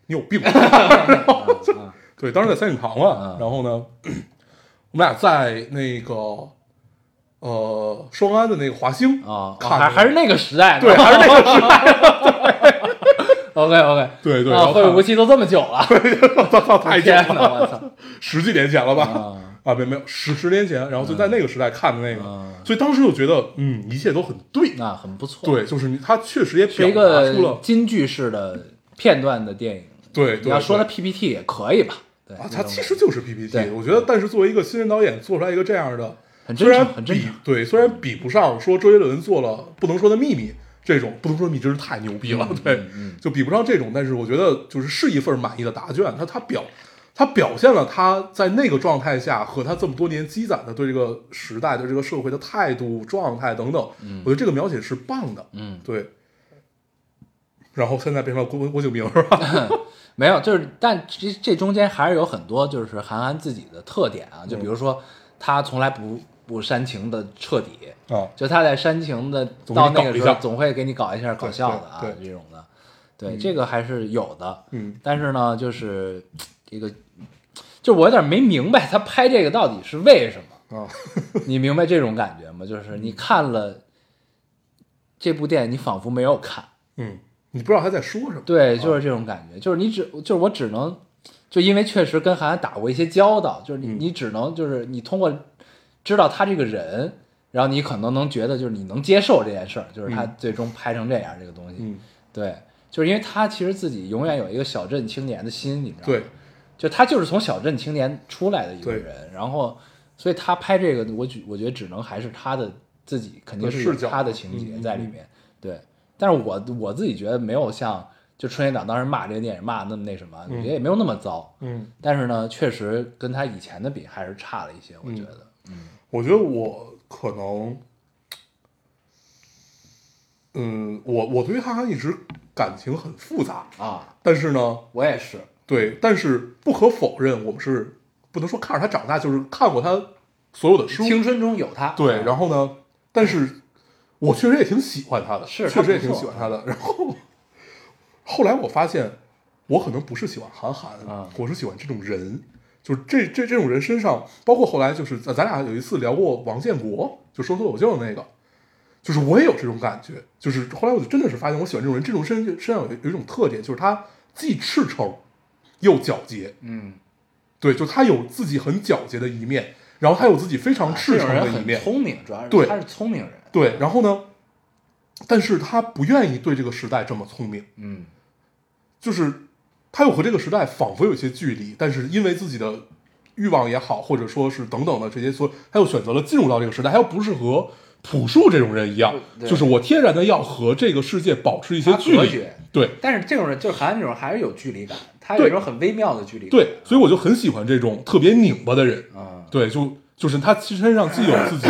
[SPEAKER 4] 你有 病， 然后就
[SPEAKER 3] 啊
[SPEAKER 4] 对，当时在三里堂嘛
[SPEAKER 3] 嗯，
[SPEAKER 4] 然后呢，我们俩在那个呃双安的那个华兴
[SPEAKER 3] 啊，
[SPEAKER 4] 看
[SPEAKER 3] 还还是那个时代，
[SPEAKER 4] 对，还是那个
[SPEAKER 3] OK OK，
[SPEAKER 4] 对对，然
[SPEAKER 3] 啊，《后
[SPEAKER 4] 后
[SPEAKER 3] 会
[SPEAKER 4] 看
[SPEAKER 3] 无期》都这么久了，
[SPEAKER 4] 我操，太
[SPEAKER 3] 天
[SPEAKER 4] 贱
[SPEAKER 3] 哪，
[SPEAKER 4] 了，
[SPEAKER 3] 我操
[SPEAKER 4] 十几年前了吧？
[SPEAKER 3] 啊！
[SPEAKER 4] 啊，没没有十十年前，然后就在那个时代看的那个，
[SPEAKER 3] 嗯
[SPEAKER 4] 所以当时就觉得，嗯，一切都很对，
[SPEAKER 3] 那很不错，
[SPEAKER 4] 对，就是你他确实也
[SPEAKER 3] 是
[SPEAKER 4] 表
[SPEAKER 3] 一
[SPEAKER 4] 达出
[SPEAKER 3] 个
[SPEAKER 4] 了，
[SPEAKER 3] 京剧式的片段的电影。
[SPEAKER 4] 对，
[SPEAKER 3] 你
[SPEAKER 4] 对
[SPEAKER 3] 要说它
[SPEAKER 4] 对
[SPEAKER 3] PPT 也可以吧？对
[SPEAKER 4] 啊，
[SPEAKER 3] 那
[SPEAKER 4] 他
[SPEAKER 3] 种
[SPEAKER 4] 其实就是 PPT，
[SPEAKER 3] 对
[SPEAKER 4] 我觉得，但是作为一个新人导演做出来一个这样的，
[SPEAKER 3] 很
[SPEAKER 4] 虽
[SPEAKER 3] 正常，
[SPEAKER 4] 然
[SPEAKER 3] 很正
[SPEAKER 4] 比
[SPEAKER 3] 常。
[SPEAKER 4] 对，虽然比不上说周杰伦做了《不能说的秘密》这种，《不能说的秘密》真是太牛逼
[SPEAKER 3] 嗯
[SPEAKER 4] 了，对，就比不上这种，但是我觉得就是是一份满意的答卷，他他表。他表现了他在那个状态下和他这么多年积攒的对这个时代、对这个社会的态度、状态等等，我觉得这个描写是棒的，
[SPEAKER 3] 嗯，
[SPEAKER 4] 对。然后现在变成了郭郭敬明是
[SPEAKER 3] 嗯
[SPEAKER 4] 吧？
[SPEAKER 3] 没有，就是但这这中间还是有很多就是韩寒自己的特点
[SPEAKER 4] 嗯
[SPEAKER 3] 啊，就比如说他从来不不煽情的彻底，
[SPEAKER 4] 啊，
[SPEAKER 3] 就他在煽情的
[SPEAKER 4] 总
[SPEAKER 3] 到
[SPEAKER 4] 给
[SPEAKER 3] 那个
[SPEAKER 4] 你
[SPEAKER 3] 时
[SPEAKER 4] 搞一
[SPEAKER 3] 候
[SPEAKER 4] 下
[SPEAKER 3] 总会给你搞一下搞
[SPEAKER 4] 对
[SPEAKER 3] 笑的啊
[SPEAKER 4] 对
[SPEAKER 3] 这种的，对这个还是有的。
[SPEAKER 4] 嗯，
[SPEAKER 3] 但是呢，就是这个，就我有点没明白他拍这个到底是为什么。
[SPEAKER 4] 啊，
[SPEAKER 3] 你明白这种感觉吗？就是你看了这部电影，你仿佛没有看，
[SPEAKER 4] 嗯，你不知道他在说什么，
[SPEAKER 3] 对，就是这种感觉，就是你只就是我只能，就因为确实跟韩寒打过一些交道，就是你、
[SPEAKER 4] 嗯
[SPEAKER 3] 你只能就是你通过知道他这个人，然后你可能能觉得就是你能接受这件事儿，就是他
[SPEAKER 4] 嗯
[SPEAKER 3] 最终拍成这样这个东西，
[SPEAKER 4] 嗯，
[SPEAKER 3] 对，就是因为他其实自己永远有一个小镇青年的心，你知道吗？
[SPEAKER 4] 对，
[SPEAKER 3] 就他就是从小镇青年出来的一个
[SPEAKER 4] 对
[SPEAKER 3] 人，然后所以他拍这个，我觉我觉得只能还是他的自己肯定
[SPEAKER 4] 的
[SPEAKER 3] 是有
[SPEAKER 4] 视角嗯
[SPEAKER 3] 他的情节在里面，对。但是我我自己觉得没有像就春节档当时骂这个电影骂得那么那什么，我觉得也没有那么糟，
[SPEAKER 4] 嗯，
[SPEAKER 3] 但是呢，确实跟他以前的比还是差了一些，我觉得，
[SPEAKER 4] 我觉得我可能，嗯，我我对于哈哈一直感情很复杂，
[SPEAKER 3] 啊，
[SPEAKER 4] 但是呢，
[SPEAKER 3] 我也是，
[SPEAKER 4] 对，但是不可否认，我们是不能说看着他长大，就是看过他所有的书，
[SPEAKER 3] 青春中有他，
[SPEAKER 4] 对，然后呢，但是我确实也挺喜欢他的，
[SPEAKER 3] 是
[SPEAKER 4] 确
[SPEAKER 3] 他
[SPEAKER 4] 实也
[SPEAKER 3] 不
[SPEAKER 4] 挺
[SPEAKER 3] 错
[SPEAKER 4] 喜欢他的。然后后来我发现，我可能不是喜欢韩寒，
[SPEAKER 3] 啊
[SPEAKER 4] 我是喜欢这种人，就是这这这种人身上，包括后来就是咱咱俩有一次聊过王建国，就说脱口秀的那个，就是我也有这种感觉，就是后来我就真的是发现我喜欢这种人，这种身身上有有一种特点，就是他既赤诚又皎洁，
[SPEAKER 3] 嗯，
[SPEAKER 4] 对，就他有自己很皎洁的一面，然后他有自己非常赤
[SPEAKER 3] 啊这种
[SPEAKER 4] 诚的
[SPEAKER 3] 人
[SPEAKER 4] 一
[SPEAKER 3] 很
[SPEAKER 4] 面，
[SPEAKER 3] 聪明，主要是
[SPEAKER 4] 对
[SPEAKER 3] 他是聪明人，
[SPEAKER 4] 对，然后呢，但是他不愿意对这个时代这么聪明，
[SPEAKER 3] 嗯
[SPEAKER 4] 就是他又和这个时代仿佛有些距离，但是因为自己的欲望也好，或者说是等等的这些，所以他又选择了进入到这个时代，他又不是和朴树这种人一样，
[SPEAKER 3] 对
[SPEAKER 4] 就是我天然的要和这个世界保持一些
[SPEAKER 3] 他
[SPEAKER 4] 距
[SPEAKER 3] 隔
[SPEAKER 4] 离
[SPEAKER 3] 绝，
[SPEAKER 4] 对
[SPEAKER 3] 但是这种人就是韩寒这种还是有距离感，他有一
[SPEAKER 4] 对
[SPEAKER 3] 种很微妙的距离感，
[SPEAKER 4] 对，所以我就很喜欢这种特别拧巴的人，
[SPEAKER 3] 嗯，
[SPEAKER 4] 对，就就是他其实身上既有自己，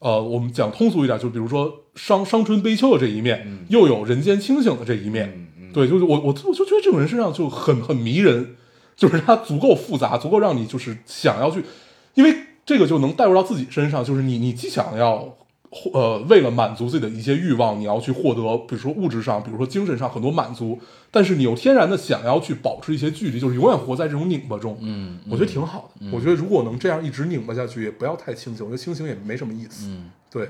[SPEAKER 4] 呃，我们讲通俗一点，就比如说伤伤春悲秋的这一面，又有人间清醒的这一面。
[SPEAKER 3] 嗯
[SPEAKER 4] 对，就是我我我就觉得这种人身上就很很迷人，就是他足够复杂，足够让你就是想要去，因为这个就能带入到自己身上，就是你你既想要。呃，为了满足自己的一些欲望，你要去获得，比如说物质上，比如说精神上很多满足，但是你又天然的想要去保持一些距离，就是永远活在这种拧巴中。嗯，
[SPEAKER 3] 嗯
[SPEAKER 4] 我觉得挺好的。我觉得如果能这样一直拧巴下去，也不要太清醒，我觉得清醒也没什么意思。
[SPEAKER 3] 嗯，
[SPEAKER 4] 对，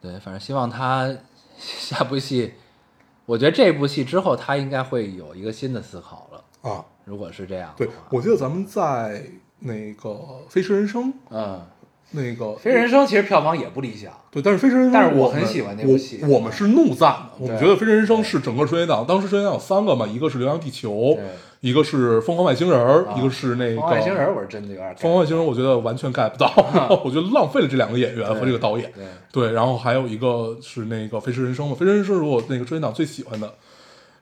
[SPEAKER 3] 对，反正希望他下部戏， 我觉得这部戏之后他应该会有一个新的思考了。
[SPEAKER 4] 啊，
[SPEAKER 3] 如果是这样的
[SPEAKER 4] 对
[SPEAKER 3] 话，，
[SPEAKER 4] 我记得咱们在那个《飞驰人生》
[SPEAKER 3] 嗯，
[SPEAKER 4] 那个
[SPEAKER 3] 《飞驰人生》其实票房也不理想，
[SPEAKER 4] 对，但是《飞驰人生》，
[SPEAKER 3] 但是我
[SPEAKER 4] 我
[SPEAKER 3] 很
[SPEAKER 4] 们
[SPEAKER 3] 喜欢那部戏
[SPEAKER 4] 我我们是怒赞的，我们
[SPEAKER 3] 对
[SPEAKER 4] 觉得《飞驰人生》是整个春节档，当时春节档有三个嘛，一个是《流浪地球》，
[SPEAKER 3] 对
[SPEAKER 4] 一个是《疯狂外星人儿》，
[SPEAKER 3] 啊
[SPEAKER 4] 一个是那个《
[SPEAKER 3] 方外星人》，我啊是真的有点感
[SPEAKER 4] 疯狂外星人，我觉得完全 get 不到， 我觉得浪费了这两个演员和这个导演。
[SPEAKER 3] 对，
[SPEAKER 4] 对，然后还有一个是那个《飞驰人生》嘛，《飞驰人生》是我那个春节档最喜欢的。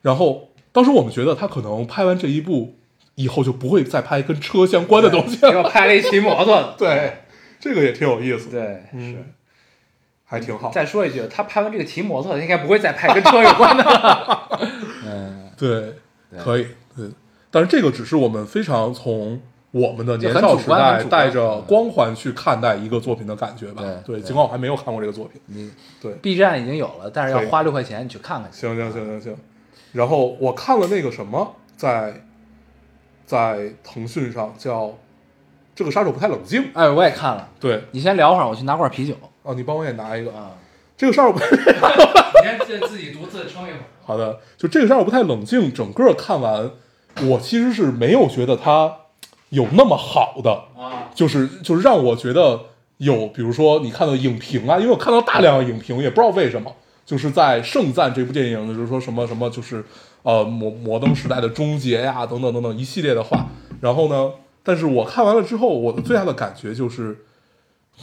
[SPEAKER 4] 然后当时我们觉得他可能拍完这一部以后就不会再拍跟车相关的东西
[SPEAKER 3] 结
[SPEAKER 4] 了。
[SPEAKER 3] 果拍了一骑摩托 的，
[SPEAKER 4] 对，这个也挺有意思的，嗯
[SPEAKER 3] 对，是。
[SPEAKER 4] 还挺好。
[SPEAKER 3] 再说一句，他拍完这个骑摩托，他应该不会再拍跟车有关的了。嗯，
[SPEAKER 4] 对，可以，对。但是这个只是我们非常从我们的
[SPEAKER 3] 就
[SPEAKER 4] 年
[SPEAKER 3] 很
[SPEAKER 4] 少
[SPEAKER 3] 主
[SPEAKER 4] 时
[SPEAKER 3] 观很主
[SPEAKER 4] 代
[SPEAKER 3] 观
[SPEAKER 4] 带着光环去看待一个作品的感觉吧。
[SPEAKER 3] 对
[SPEAKER 4] 对，
[SPEAKER 3] 对
[SPEAKER 4] 尽管我还没有看过这个作品。
[SPEAKER 3] 你
[SPEAKER 4] 对，
[SPEAKER 3] B 站已经有了，但是
[SPEAKER 4] 可
[SPEAKER 3] 要
[SPEAKER 4] 以
[SPEAKER 3] 花六块钱你去看看去。
[SPEAKER 4] 行行行行行。然后我看了那个什么，在在腾讯上叫《这个杀手不太冷静》。
[SPEAKER 3] 哎，我也看了，
[SPEAKER 4] 对，
[SPEAKER 3] 你先聊会儿，我去拿罐啤酒。
[SPEAKER 4] 哦，你帮我也拿一个。
[SPEAKER 3] 啊，
[SPEAKER 4] 这个杀手不
[SPEAKER 5] 你先自自己独自撑一会儿。
[SPEAKER 4] 好的，就这个杀手不太冷静，整个看完，我其实是没有觉得它有那么好的。
[SPEAKER 5] 啊，
[SPEAKER 4] 就是就是让我觉得有，比如说你看到影评啊，因为我看到大量的影评，也不知道为什么，就是在盛赞这部电影，就是说什么什么，就是呃摩摩登时代的终结呀、等等等等一系列的话。然后呢，但是我看完了之后，我的最大的感觉就是，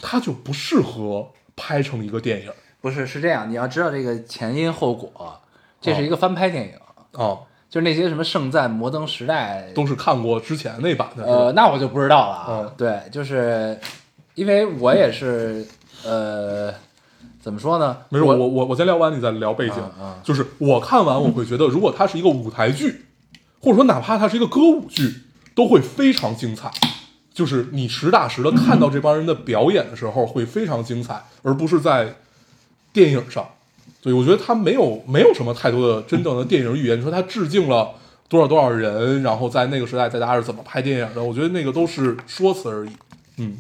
[SPEAKER 4] 它就不适合拍成一个电影
[SPEAKER 3] 不是，是这样，你要知道这个前因后果，这是一个翻拍电影，
[SPEAKER 4] 啊，
[SPEAKER 3] 就是那些什么盛赞《摩登时代》
[SPEAKER 4] 都是看过之前那版的，是吧
[SPEAKER 3] 呃，那我就不知道了啊。
[SPEAKER 4] 嗯
[SPEAKER 3] 对，就是因为我也是，呃，怎么说呢？
[SPEAKER 4] 没事，
[SPEAKER 3] 我
[SPEAKER 4] 我我我先聊完，你再聊背景。
[SPEAKER 3] 啊啊
[SPEAKER 4] 就是我看完，我会觉得，如果它是一个舞台剧，或者说哪怕它是一个歌舞剧，都会非常精彩。就是你实打实的看到这帮人的表演的时候，会非常精彩，而不是在电影上。对，我觉得他没有没有什么太多的真正的电影语言。你说他致敬了多少多少人，然后在那个时代大家是怎么拍电影的？我觉得那个都是说辞而已。嗯，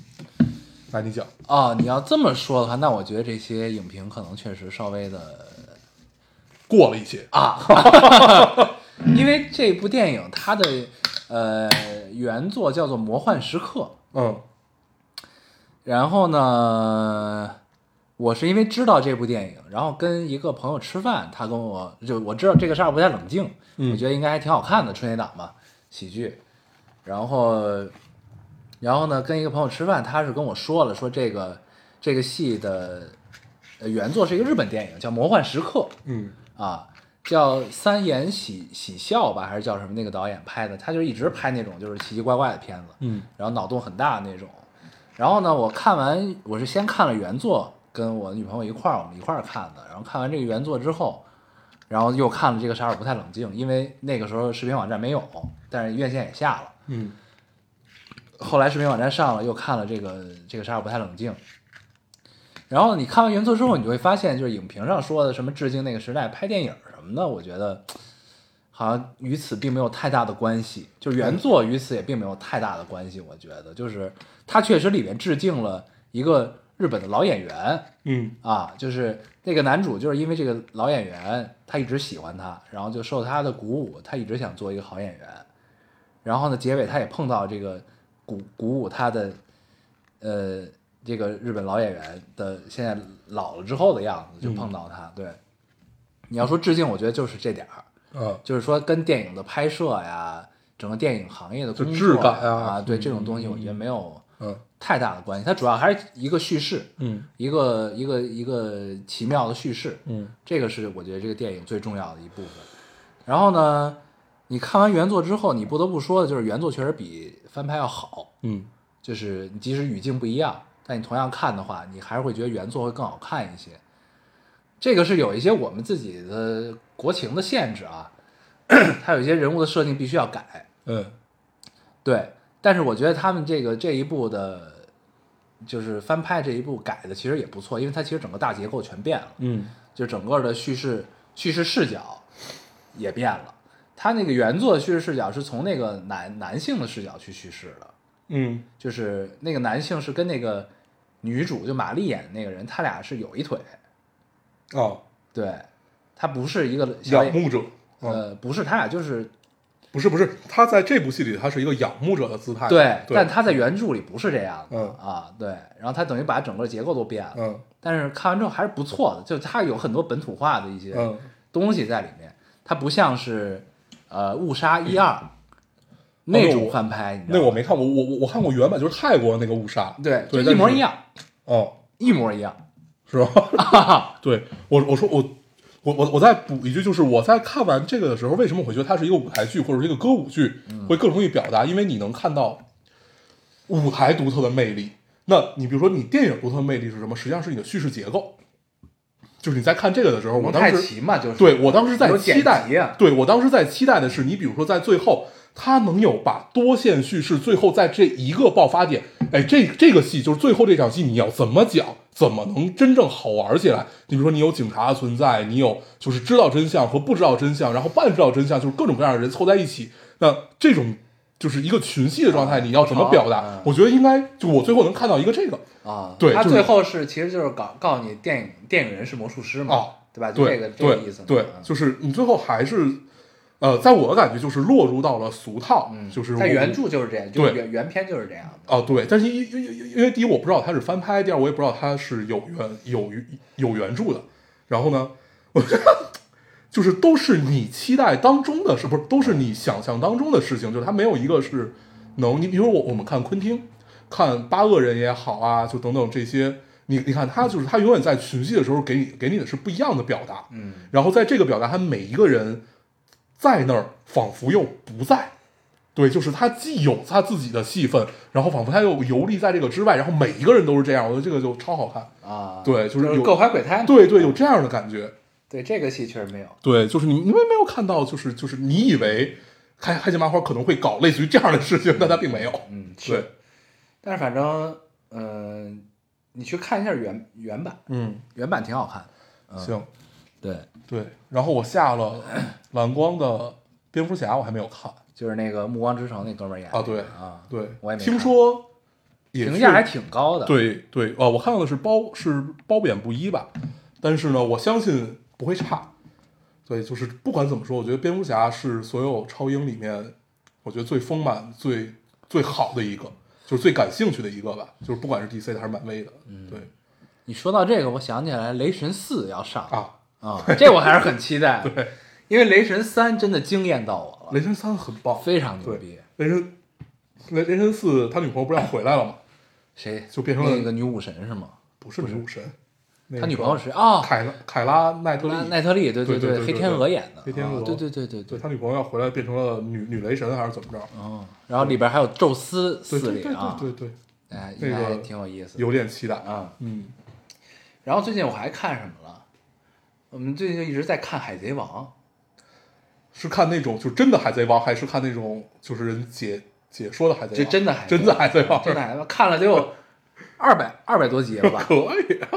[SPEAKER 4] 来你讲，
[SPEAKER 3] 啊，你要这么说的话，那我觉得这些影评可能确实稍微的
[SPEAKER 4] 过了一些啊，
[SPEAKER 3] 因为这部电影它的呃原作叫做《魔幻时刻》，
[SPEAKER 4] 嗯
[SPEAKER 3] 然后呢，我是因为知道这部电影，然后跟一个朋友吃饭，他跟我就我知道这个事儿不太冷静，
[SPEAKER 4] 嗯
[SPEAKER 3] 我觉得应该还挺好看的春节档嘛喜剧，然后然后呢跟一个朋友吃饭，他是跟我说了说这个这个戏的呃原作是一个日本电影叫《魔幻时刻》，
[SPEAKER 4] 嗯
[SPEAKER 3] 啊，叫三眼喜喜笑吧，还是叫什么？那个导演拍的，他就一直拍那种就是奇奇怪怪的片子，
[SPEAKER 4] 嗯
[SPEAKER 3] 然后脑洞很大那种。然后呢，我看完我是先看了原作，跟我女朋友一块儿我们一块儿看的。然后看完这个原作之后，然后又看了这个《沙尔不太冷静》，因为那个时候视频网站没有，但是院线也下了。
[SPEAKER 4] 嗯
[SPEAKER 3] 后来视频网站上了，又看了这个这个《沙尔不太冷静》。然后你看完原作之后，你就会发现，就是影评上说的什么致敬那个时代拍电影什么的，我觉得好像与此并没有太大的关系，就原作与此也并没有太大的关系。我觉得，就是它确实里面致敬了一个日本的老演员
[SPEAKER 4] 嗯
[SPEAKER 3] 啊，就是那个男主就是因为这个老演员，他一直喜欢他，然后就受他的鼓舞，他一直想做一个好演员。然后呢，结尾他也碰到这个鼓鼓舞他的，呃，这个日本老演员的现在老了之后的样子，就碰到他。对，你要说致敬，我觉得就是这点儿。
[SPEAKER 4] 啊，
[SPEAKER 3] 就是说跟电影的拍摄呀，整个电影行业的工作
[SPEAKER 4] 就质感
[SPEAKER 3] 啊
[SPEAKER 4] 啊，
[SPEAKER 3] 对这种东西，我觉得没有
[SPEAKER 4] 嗯
[SPEAKER 3] 太大的关系。它主要还是一个叙事，
[SPEAKER 4] 嗯
[SPEAKER 3] 一个一个一个奇妙的叙事，
[SPEAKER 4] 嗯
[SPEAKER 3] 这个是我觉得这个电影最重要的一部分。然后呢，你看完原作之后，你不得不说的就是原作确实比翻拍要好，
[SPEAKER 4] 嗯
[SPEAKER 3] 就是你即使语境不一样，但你同样看的话，你还是会觉得原作会更好看一些。这个是有一些我们自己的国情的限制啊， 它有一些人物的设定必须要改。
[SPEAKER 4] 嗯
[SPEAKER 3] 对，但是我觉得他们这个这一部的，就是翻拍这一部改的其实也不错，因为它其实整个大结构全变了，
[SPEAKER 4] 嗯
[SPEAKER 3] 就整个的叙事叙事视角也变了。它那个原作叙事视角是从那个男男性的视角去叙事的，
[SPEAKER 4] 嗯
[SPEAKER 3] 就是那个男性是跟那个女主就玛丽演的那个人，他俩是有一腿，
[SPEAKER 4] 啊，
[SPEAKER 3] 对，他不是一个小
[SPEAKER 4] 仰
[SPEAKER 3] 演，
[SPEAKER 4] 慕者，啊，
[SPEAKER 3] 呃，不是他俩就是
[SPEAKER 4] 不是不是，他在这部戏里他是一个仰慕者的姿态，
[SPEAKER 3] 对，
[SPEAKER 4] 对，
[SPEAKER 3] 但他在原著里不是这样的、
[SPEAKER 4] 嗯
[SPEAKER 3] 啊，对，然后他等于把整个结构都变了，
[SPEAKER 4] 嗯
[SPEAKER 3] 但是看完之后还是不错的，就他有很多本土化的一些
[SPEAKER 4] 嗯
[SPEAKER 3] 东西在里面，它不像是呃误杀一
[SPEAKER 4] 嗯
[SPEAKER 3] 二那种翻拍，你知道
[SPEAKER 4] 哦那
[SPEAKER 3] 吗
[SPEAKER 4] 我没看过，我我我看过原版，就是泰国那个误杀，
[SPEAKER 3] 对，就
[SPEAKER 4] 对，
[SPEAKER 3] 一模一
[SPEAKER 4] 样，
[SPEAKER 3] 样，
[SPEAKER 4] 哦，
[SPEAKER 3] 一模一样，
[SPEAKER 4] 是吧？对我我说我我我我再补一句，就是我在看完这个的时候，为什么我会觉得它是一个舞台剧或者是一个歌舞剧，会更容易表达？因为你能看到舞台独特的魅力。那你比如说，你电影独特的魅力是什么？实际上是你的叙事结构。就是你在看这个的时候，我
[SPEAKER 3] 蒙
[SPEAKER 4] 当
[SPEAKER 3] 太
[SPEAKER 4] 时
[SPEAKER 3] 奇嘛，就是
[SPEAKER 4] 对我当时在
[SPEAKER 3] 有剪
[SPEAKER 4] 期待
[SPEAKER 3] 辑啊，
[SPEAKER 4] 对我当时在期待的是，你比如说在最后，他能有把多线叙事最后在这一个爆发点，哎，这这个戏就是最后这场戏你要怎么讲，怎么能真正好玩起来？你比如说你有警察的存在，你有就是知道真相和不知道真相，然后半知道真相，就是各种各样的人凑在一起，那这种。就是一个群戏的状态，你要怎么表
[SPEAKER 3] 嗯
[SPEAKER 4] 达？我觉得应该，就我最后能看到一个这个，
[SPEAKER 3] 啊，
[SPEAKER 4] 对
[SPEAKER 3] 他
[SPEAKER 4] 就是
[SPEAKER 3] 最后是其实就是告告诉你电影电影人是魔术师嘛，
[SPEAKER 4] 哦
[SPEAKER 3] 对吧？就
[SPEAKER 4] 对
[SPEAKER 3] 这个这个
[SPEAKER 4] 对
[SPEAKER 3] 意思嘛，
[SPEAKER 4] 对，
[SPEAKER 3] 嗯
[SPEAKER 4] 就是你最后还是，呃，在我的感觉就是落入到了俗套，
[SPEAKER 3] 嗯
[SPEAKER 4] 就是
[SPEAKER 3] 在
[SPEAKER 4] 我
[SPEAKER 3] 原著就是这样，就是
[SPEAKER 4] 对
[SPEAKER 3] 原原片就是这样的，
[SPEAKER 4] 哦，对，但是因因因因为第一我不知道它是翻拍，第二我也不知道它是有原有有原著的。然后呢，我觉得就是都是你期待当中的，是不是都是你想象当中的事情？就是它没有一个是能，你比如说我我们看昆汀，看八恶人也好啊，就等等这些，你你看他就是他永远在群戏的时候给你给你的是不一样的表达，
[SPEAKER 3] 嗯，
[SPEAKER 4] 然后在这个表达，他每一个人在那儿仿佛又不在，对，就是他既有他自己的戏份，然后仿佛他又游离在这个之外，然后每一个人都是这样，我觉得这个就超好看，
[SPEAKER 3] 啊，
[SPEAKER 4] 对
[SPEAKER 3] 就
[SPEAKER 4] 就是有
[SPEAKER 3] 各怀鬼胎嘛，
[SPEAKER 4] 对对，有这样的感觉，
[SPEAKER 3] 对这个戏确实没有，
[SPEAKER 4] 对，就是你你们没有看到，就是就是你以为开开心麻花可能会搞类似于这样的事情，但他并没有，
[SPEAKER 3] 嗯，是，
[SPEAKER 4] 对，
[SPEAKER 3] 但是反正嗯、你去看一下原原版，
[SPEAKER 4] 嗯，
[SPEAKER 3] 原版挺好看，
[SPEAKER 4] 行，
[SPEAKER 3] 对，
[SPEAKER 4] 对，然后我下了蓝光的蝙蝠侠，我还没有看
[SPEAKER 3] 就是那个《暮光之城》那哥们儿演的
[SPEAKER 4] 啊，对
[SPEAKER 3] 啊，
[SPEAKER 4] 对，
[SPEAKER 3] 我也没
[SPEAKER 4] 听
[SPEAKER 3] 看
[SPEAKER 4] 说。也
[SPEAKER 3] 评
[SPEAKER 4] 是
[SPEAKER 3] 价还挺高的，，
[SPEAKER 4] 对对，呃，我看到的是褒是褒贬不一吧，但是呢，我相信不会差。对，就是不管怎么说，我觉得蝙蝠侠是所有超英里面，我觉得最丰满、最最好的一个，就是最感兴趣的一个吧。就是不管是 DC 的还是漫威的，
[SPEAKER 3] 嗯
[SPEAKER 4] 对
[SPEAKER 3] 你说到这个，我想起来《雷神四》要上了
[SPEAKER 4] 啊，
[SPEAKER 3] 啊、这我还是很期待，
[SPEAKER 4] 对，
[SPEAKER 3] 因为《雷神三》真的惊艳到我了，
[SPEAKER 4] 雷神三很棒，
[SPEAKER 3] 非常牛
[SPEAKER 4] 对
[SPEAKER 3] 逼，
[SPEAKER 4] 雷神雷雷神四，他女朋友不是要回来了吗？
[SPEAKER 3] 谁
[SPEAKER 4] 就变成了
[SPEAKER 3] 那个女武神是吗？
[SPEAKER 4] 不是女武神，那
[SPEAKER 3] 他女
[SPEAKER 4] 个
[SPEAKER 3] 朋友是啊，
[SPEAKER 4] 凯拉凯拉奈特利
[SPEAKER 3] 奈奈特利，对对
[SPEAKER 4] 对对对
[SPEAKER 3] 黑
[SPEAKER 4] 对
[SPEAKER 3] 天鹅演的，
[SPEAKER 4] 黑天鹅
[SPEAKER 3] 啊对对对对
[SPEAKER 4] 对他女朋友要回来变成了女女雷神还是怎么着？
[SPEAKER 3] 哦，然后里边还有宙斯
[SPEAKER 4] 对
[SPEAKER 3] 四
[SPEAKER 4] 对
[SPEAKER 3] 里
[SPEAKER 4] 对
[SPEAKER 3] 啊，
[SPEAKER 4] 对对对，
[SPEAKER 3] 哎，应
[SPEAKER 4] 那
[SPEAKER 3] 该
[SPEAKER 4] 个
[SPEAKER 3] 挺有意思的
[SPEAKER 4] 有点期待。
[SPEAKER 3] 啊。
[SPEAKER 4] 嗯，
[SPEAKER 3] 然后最近我还看什么了？我们最近就一直在看《海贼王
[SPEAKER 4] 是看那种就真的海贼王，还是看那种就是人解解说的海贼》，
[SPEAKER 3] 这
[SPEAKER 4] 王？
[SPEAKER 3] 真的海
[SPEAKER 4] 啊真的海贼王，
[SPEAKER 3] 真的海贼王看了得有二百二百多集了吧？
[SPEAKER 4] 可以啊。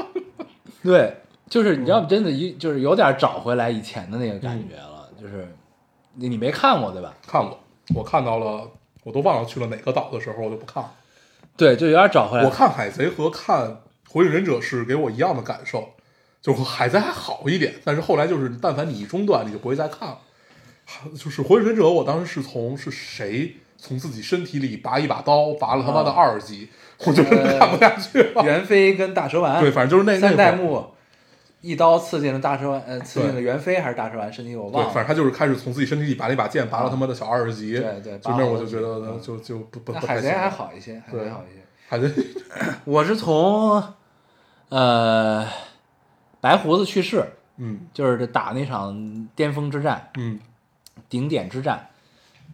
[SPEAKER 3] 对，就是你知道，真的一就是有点找回来以前的那个感觉了，就是你你没看过对吧？
[SPEAKER 4] 看过，我看到了，我都忘了去了哪个岛的时候，我就不看了。
[SPEAKER 3] 对，就有点找回来。
[SPEAKER 4] 我看《海贼》和看《火影忍者》是给我一样的感受，就是《海贼》还好一点，但是后来就是，但凡你一中断，你就不会再看了。还就是《火影忍者》，我当时是从是谁从自己身体里拔一把刀，拔了他妈的
[SPEAKER 3] 啊
[SPEAKER 4] 二级，我就真看不下去了。
[SPEAKER 3] 袁飞跟大蛇丸，
[SPEAKER 4] 对，反正就是那那
[SPEAKER 3] 啊三
[SPEAKER 4] 会
[SPEAKER 3] 代
[SPEAKER 4] 儿，
[SPEAKER 3] 目一刀刺进了大蛇丸，呃，刺进了
[SPEAKER 4] 对
[SPEAKER 3] 袁飞还是大蛇丸身体，我
[SPEAKER 4] 对
[SPEAKER 3] 忘，
[SPEAKER 4] 反正
[SPEAKER 3] 了。
[SPEAKER 4] 他就是开始从自己身体里拔了一把剑，拔了他妈的小二级。
[SPEAKER 3] 对对
[SPEAKER 4] 就那会儿
[SPEAKER 3] 拔
[SPEAKER 4] 我
[SPEAKER 3] 了
[SPEAKER 4] 就觉得
[SPEAKER 3] 嗯
[SPEAKER 4] 就就不不
[SPEAKER 3] 那
[SPEAKER 4] 不
[SPEAKER 3] 海
[SPEAKER 4] 太
[SPEAKER 3] 贼
[SPEAKER 4] 行
[SPEAKER 3] 还
[SPEAKER 4] 了，
[SPEAKER 3] 好一些，海贼
[SPEAKER 4] 对
[SPEAKER 3] 好一些。
[SPEAKER 4] 海贼
[SPEAKER 3] 我是从呃白胡子去世，
[SPEAKER 4] 嗯
[SPEAKER 3] 就是这打那场巅峰之战、
[SPEAKER 4] 嗯
[SPEAKER 3] 顶点之战，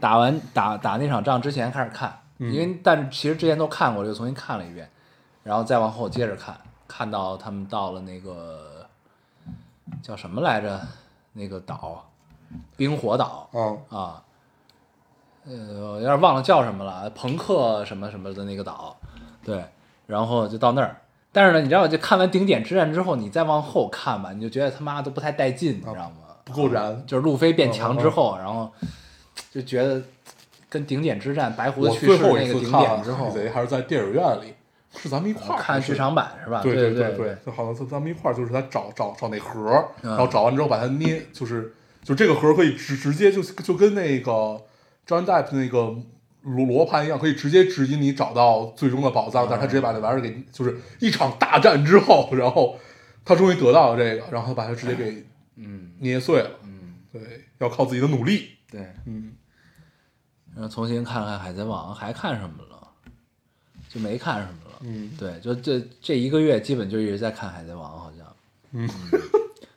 [SPEAKER 3] 打完打打那场仗之前开始看，
[SPEAKER 4] 嗯
[SPEAKER 3] 因为但是其实之前都看过了，又重新看了一遍，然后再往后接着看，看到他们到了那个叫什么来着那个岛，冰火岛
[SPEAKER 4] 啊
[SPEAKER 3] 啊，呃，有点忘了叫什么了，朋克什么什么的那个岛，对，然后就到那儿。但是呢，你知道，就看完《顶点之战》之后，你再往后看吧，你就觉得他妈都不太带劲，你知道吗？
[SPEAKER 4] 不够燃。
[SPEAKER 3] 就是路飞变强之后，然后就觉得跟顶点之战白胡
[SPEAKER 4] 我
[SPEAKER 3] 子去世
[SPEAKER 4] 最后
[SPEAKER 3] 那
[SPEAKER 4] 一
[SPEAKER 3] 个
[SPEAKER 4] 次
[SPEAKER 3] 顶
[SPEAKER 4] 看
[SPEAKER 3] 点
[SPEAKER 4] 《
[SPEAKER 3] 之
[SPEAKER 4] 海
[SPEAKER 3] 后，哦
[SPEAKER 4] 贼》还是在电影院里，是咱们一块儿
[SPEAKER 3] 看剧场版是吧？
[SPEAKER 4] 对
[SPEAKER 3] 啊对
[SPEAKER 4] 对
[SPEAKER 3] 对，
[SPEAKER 4] 就好像咱咱们一块儿，就是他找找找那盒儿，
[SPEAKER 3] 嗯
[SPEAKER 4] 然后找完之后把它捏，就是就这个盒儿可以直直接就就跟那个 John Depp 那个罗罗盘一样，可以直接指引你找到最终的宝藏，但是他直接把那玩意儿给就是一场大战之后，然后他终于得到了这个，然后他把它直接给
[SPEAKER 3] 嗯
[SPEAKER 4] 捏碎了，
[SPEAKER 3] 嗯
[SPEAKER 4] 对，要靠自己的努力，
[SPEAKER 3] 对。
[SPEAKER 4] 嗯，
[SPEAKER 3] 然后重新看看《海贼王》，还看什么了？就没看什么了。
[SPEAKER 4] 嗯
[SPEAKER 3] 对，就这这一个月基本就一直在看《海贼王》，好像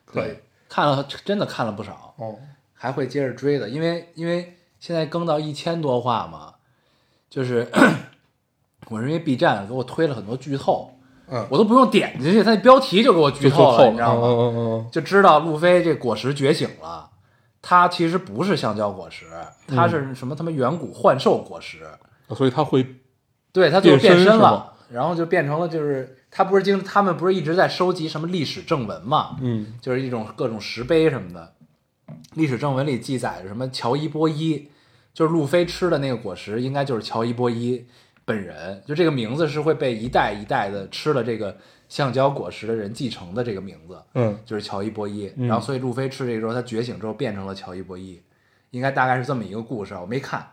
[SPEAKER 4] 可以，，
[SPEAKER 3] 看了真的看了不少，
[SPEAKER 4] 哦，
[SPEAKER 3] 还会接着追的，因为因为现在更到一千多话嘛，就是 我是因为 B 站给我推了很多剧透，
[SPEAKER 4] 嗯，
[SPEAKER 3] 我都不用点进去，它那标题就给我剧透了，你知道吗？
[SPEAKER 4] 嗯嗯
[SPEAKER 3] 就知道路飞这果实觉醒了，它其实不是香蕉果实，它是什么他妈远古幻兽果实，
[SPEAKER 4] 嗯，所以他会
[SPEAKER 3] 对，它最后变
[SPEAKER 4] 变身
[SPEAKER 3] 身
[SPEAKER 4] 是吗
[SPEAKER 3] 了，然后就变成了就是它不是经他们不是一直在收集什么历史正文嘛，
[SPEAKER 4] 嗯
[SPEAKER 3] 就是一种各种石碑什么的，历史正文里记载着什么乔伊波伊，就是路飞吃的那个果实，应该就是乔伊波伊本人，就这个名字是会被一代一代的吃了这个橡胶果实的人继承的这个名字。
[SPEAKER 4] 嗯
[SPEAKER 3] 就是乔伊波伊，
[SPEAKER 4] 嗯
[SPEAKER 3] 然后所以路飞吃这个之后，他觉醒之后变成了乔伊波伊，应该大概是这么一个故事啊。我没看，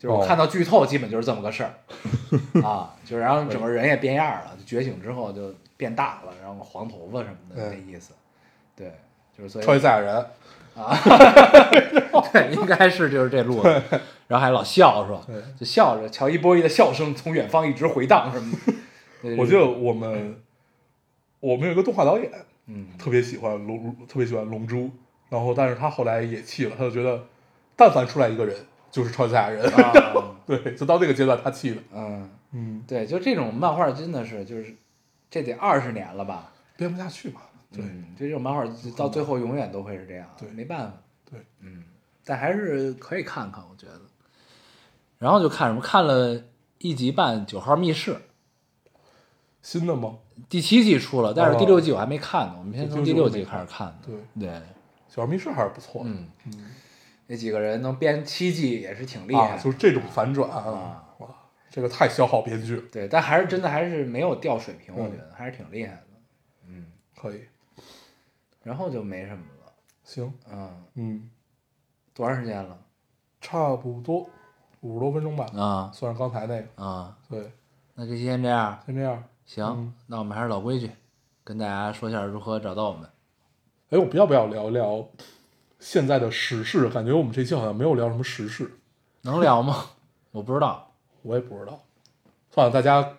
[SPEAKER 3] 就是我
[SPEAKER 4] 哦
[SPEAKER 3] 看到剧透，基本就是这么个 事儿啊。就是然后整个人也变样了，就觉醒之后就变大了，然后黄头发什么的，那
[SPEAKER 4] 嗯
[SPEAKER 3] 意思。对，就是所以
[SPEAKER 4] 超级赛亚人，
[SPEAKER 3] 对，应该是就是这路子。然后还老笑是吧
[SPEAKER 4] 对？
[SPEAKER 3] 就笑着，乔伊波伊的笑声从远方一直回荡什么 的。对
[SPEAKER 4] 我记得我们我们有一个动画导演
[SPEAKER 3] 嗯，
[SPEAKER 4] 特别喜欢龙，特别喜欢龙珠，然后但是他后来也弃了，他就觉得但凡出来一个人就是超级赛亚人，
[SPEAKER 3] 啊
[SPEAKER 4] 对，就到那个阶段他弃了，
[SPEAKER 3] 嗯，
[SPEAKER 4] 嗯，
[SPEAKER 3] 对，就这种漫画真的是就是，这得二十年了吧？
[SPEAKER 4] 编不下去嘛，对，
[SPEAKER 3] 嗯，这种漫画到最后永远都会是这样，
[SPEAKER 4] 对
[SPEAKER 3] 没办法，
[SPEAKER 4] 对，
[SPEAKER 3] 嗯，但还是可以看看，我觉得。然后就看什么？看了一集半《九号密室》，
[SPEAKER 4] 新的吗？
[SPEAKER 3] 第七季出了，但是
[SPEAKER 4] 哦
[SPEAKER 3] 第六季我还没看呢，我们先从第六
[SPEAKER 4] 第
[SPEAKER 3] 季
[SPEAKER 4] 六季我
[SPEAKER 3] 开
[SPEAKER 4] 没
[SPEAKER 3] 始看的。
[SPEAKER 4] 对，
[SPEAKER 3] 对，
[SPEAKER 4] 小密室还是不错的，啊
[SPEAKER 3] 嗯，那几个人能编七季也是挺厉害
[SPEAKER 4] 啊，
[SPEAKER 3] 的，
[SPEAKER 4] 就是这种反转啊，哇，这个太消耗编剧了，
[SPEAKER 3] 对，但还是真的还是没有掉水平，我
[SPEAKER 4] 嗯
[SPEAKER 3] 觉得还是挺厉害的。
[SPEAKER 4] 可以，
[SPEAKER 3] 然后就没什么了，
[SPEAKER 4] 行，
[SPEAKER 3] 嗯，
[SPEAKER 4] 嗯，
[SPEAKER 3] 多长时间了？
[SPEAKER 4] 差不多五十多分钟吧，
[SPEAKER 3] 啊
[SPEAKER 4] 算上刚才那个，
[SPEAKER 3] 啊，
[SPEAKER 4] 对，
[SPEAKER 3] 那就先这样，
[SPEAKER 4] 先这样。
[SPEAKER 3] 行，
[SPEAKER 4] 嗯
[SPEAKER 3] 那我们还是老规矩，跟大家说一下如何找到我们。
[SPEAKER 4] 哎，我们要不要聊一聊现在的时事？感觉我们这期好像没有聊什么时事，
[SPEAKER 3] 能聊吗？ 我不知道。
[SPEAKER 4] 我也不知道。算了，大家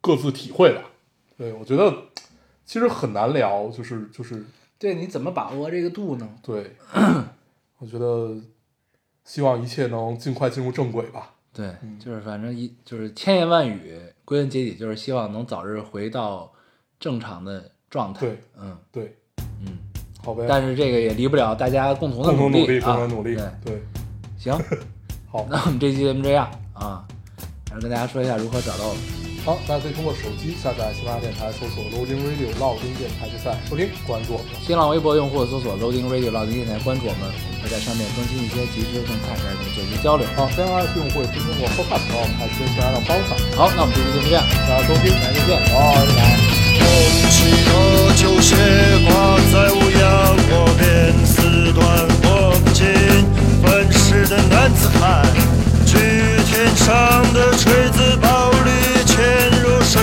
[SPEAKER 4] 各自体会吧。对，我觉得其实很难聊，就是就是
[SPEAKER 3] 对，你怎么把握这个度呢？
[SPEAKER 4] 对，我觉得希望一切能尽快进入正轨吧。
[SPEAKER 3] 对，就是反正一就是千言万语，归根结底就是希望能早日回到正常的状态。
[SPEAKER 4] 对，
[SPEAKER 3] 嗯
[SPEAKER 4] 对，
[SPEAKER 3] 嗯，
[SPEAKER 4] 好呗，
[SPEAKER 3] 但是这个也离不了大家共同的
[SPEAKER 4] 共同努
[SPEAKER 3] 力，
[SPEAKER 4] 共同努力。
[SPEAKER 3] 啊、
[SPEAKER 4] 对，
[SPEAKER 3] 对，行，
[SPEAKER 4] 好，
[SPEAKER 3] 那我们这期节目这样啊，还是跟大家说一下如何找到我们。
[SPEAKER 4] 仓，大家可以通过手机下载喜马拉雅电台，搜索 Loading Radio 老丁电台去赛收听，关注我们。
[SPEAKER 3] 新浪微博用户搜索 Loading Radio 老丁电台，关注我们，我们会在上面更新一些即时跟看台的最新交流。
[SPEAKER 4] 好，三幺二用户也可以通过播客朋友们还有喜马拉雅的方法，
[SPEAKER 3] 好，那我们这期就是这样。
[SPEAKER 4] 大家收听，再见，好，拜拜。
[SPEAKER 6] 空气和球鞋挂在屋檐，我便撕断我不禁愤世的男子汉。举天上的锤子，暴力潜入水，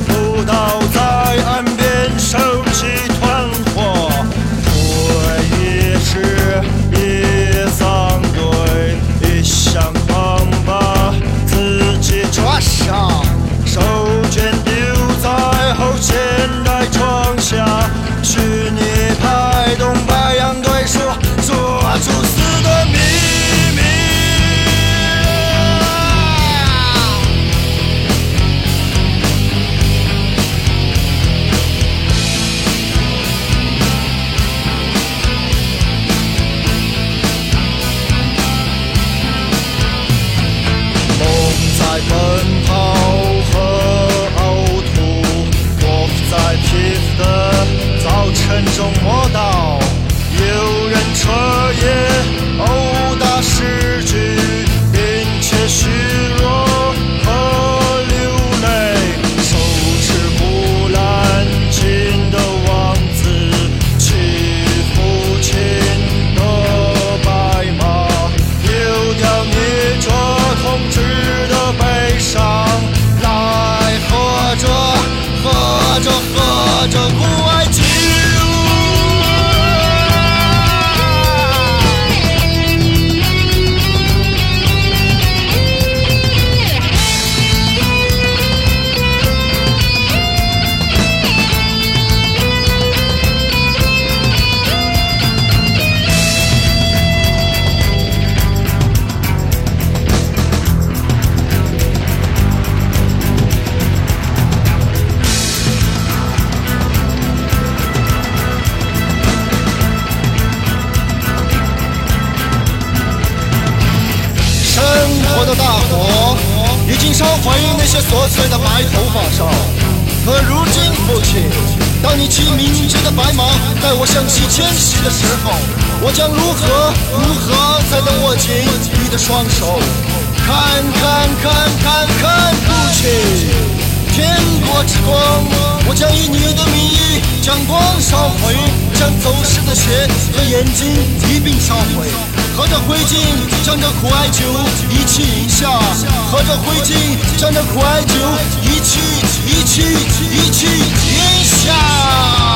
[SPEAKER 6] 扑倒在岸边，手起团火。我一是一脏队，一想狂把自己抓伤，手绢丢在后现代窗下，虚拟派东白羊队说做出死的秘密。梦在奔跑和呕吐，我在皮肤的早晨中摸到，有人彻夜殴打诗句，并且虚弱和流泪，手持木兰金的王子，欺负亲的白马，丢掉你这痛直的悲伤，来喝着，喝着，喝着苦艾酒。生活的大火已经烧毁那些琐碎的白头发梢。可如今，父亲，当你骑明智的白马带我向西迁徙的时候，我将如何如何才能握紧你的双手？看看看看看，父亲。天国之光，我将以你的名义将光烧毁，将走失的鞋和眼睛一并烧毁，和这灰烬将这苦艾酒一气饮下，和这灰烬将这苦艾酒一气一气一气饮下。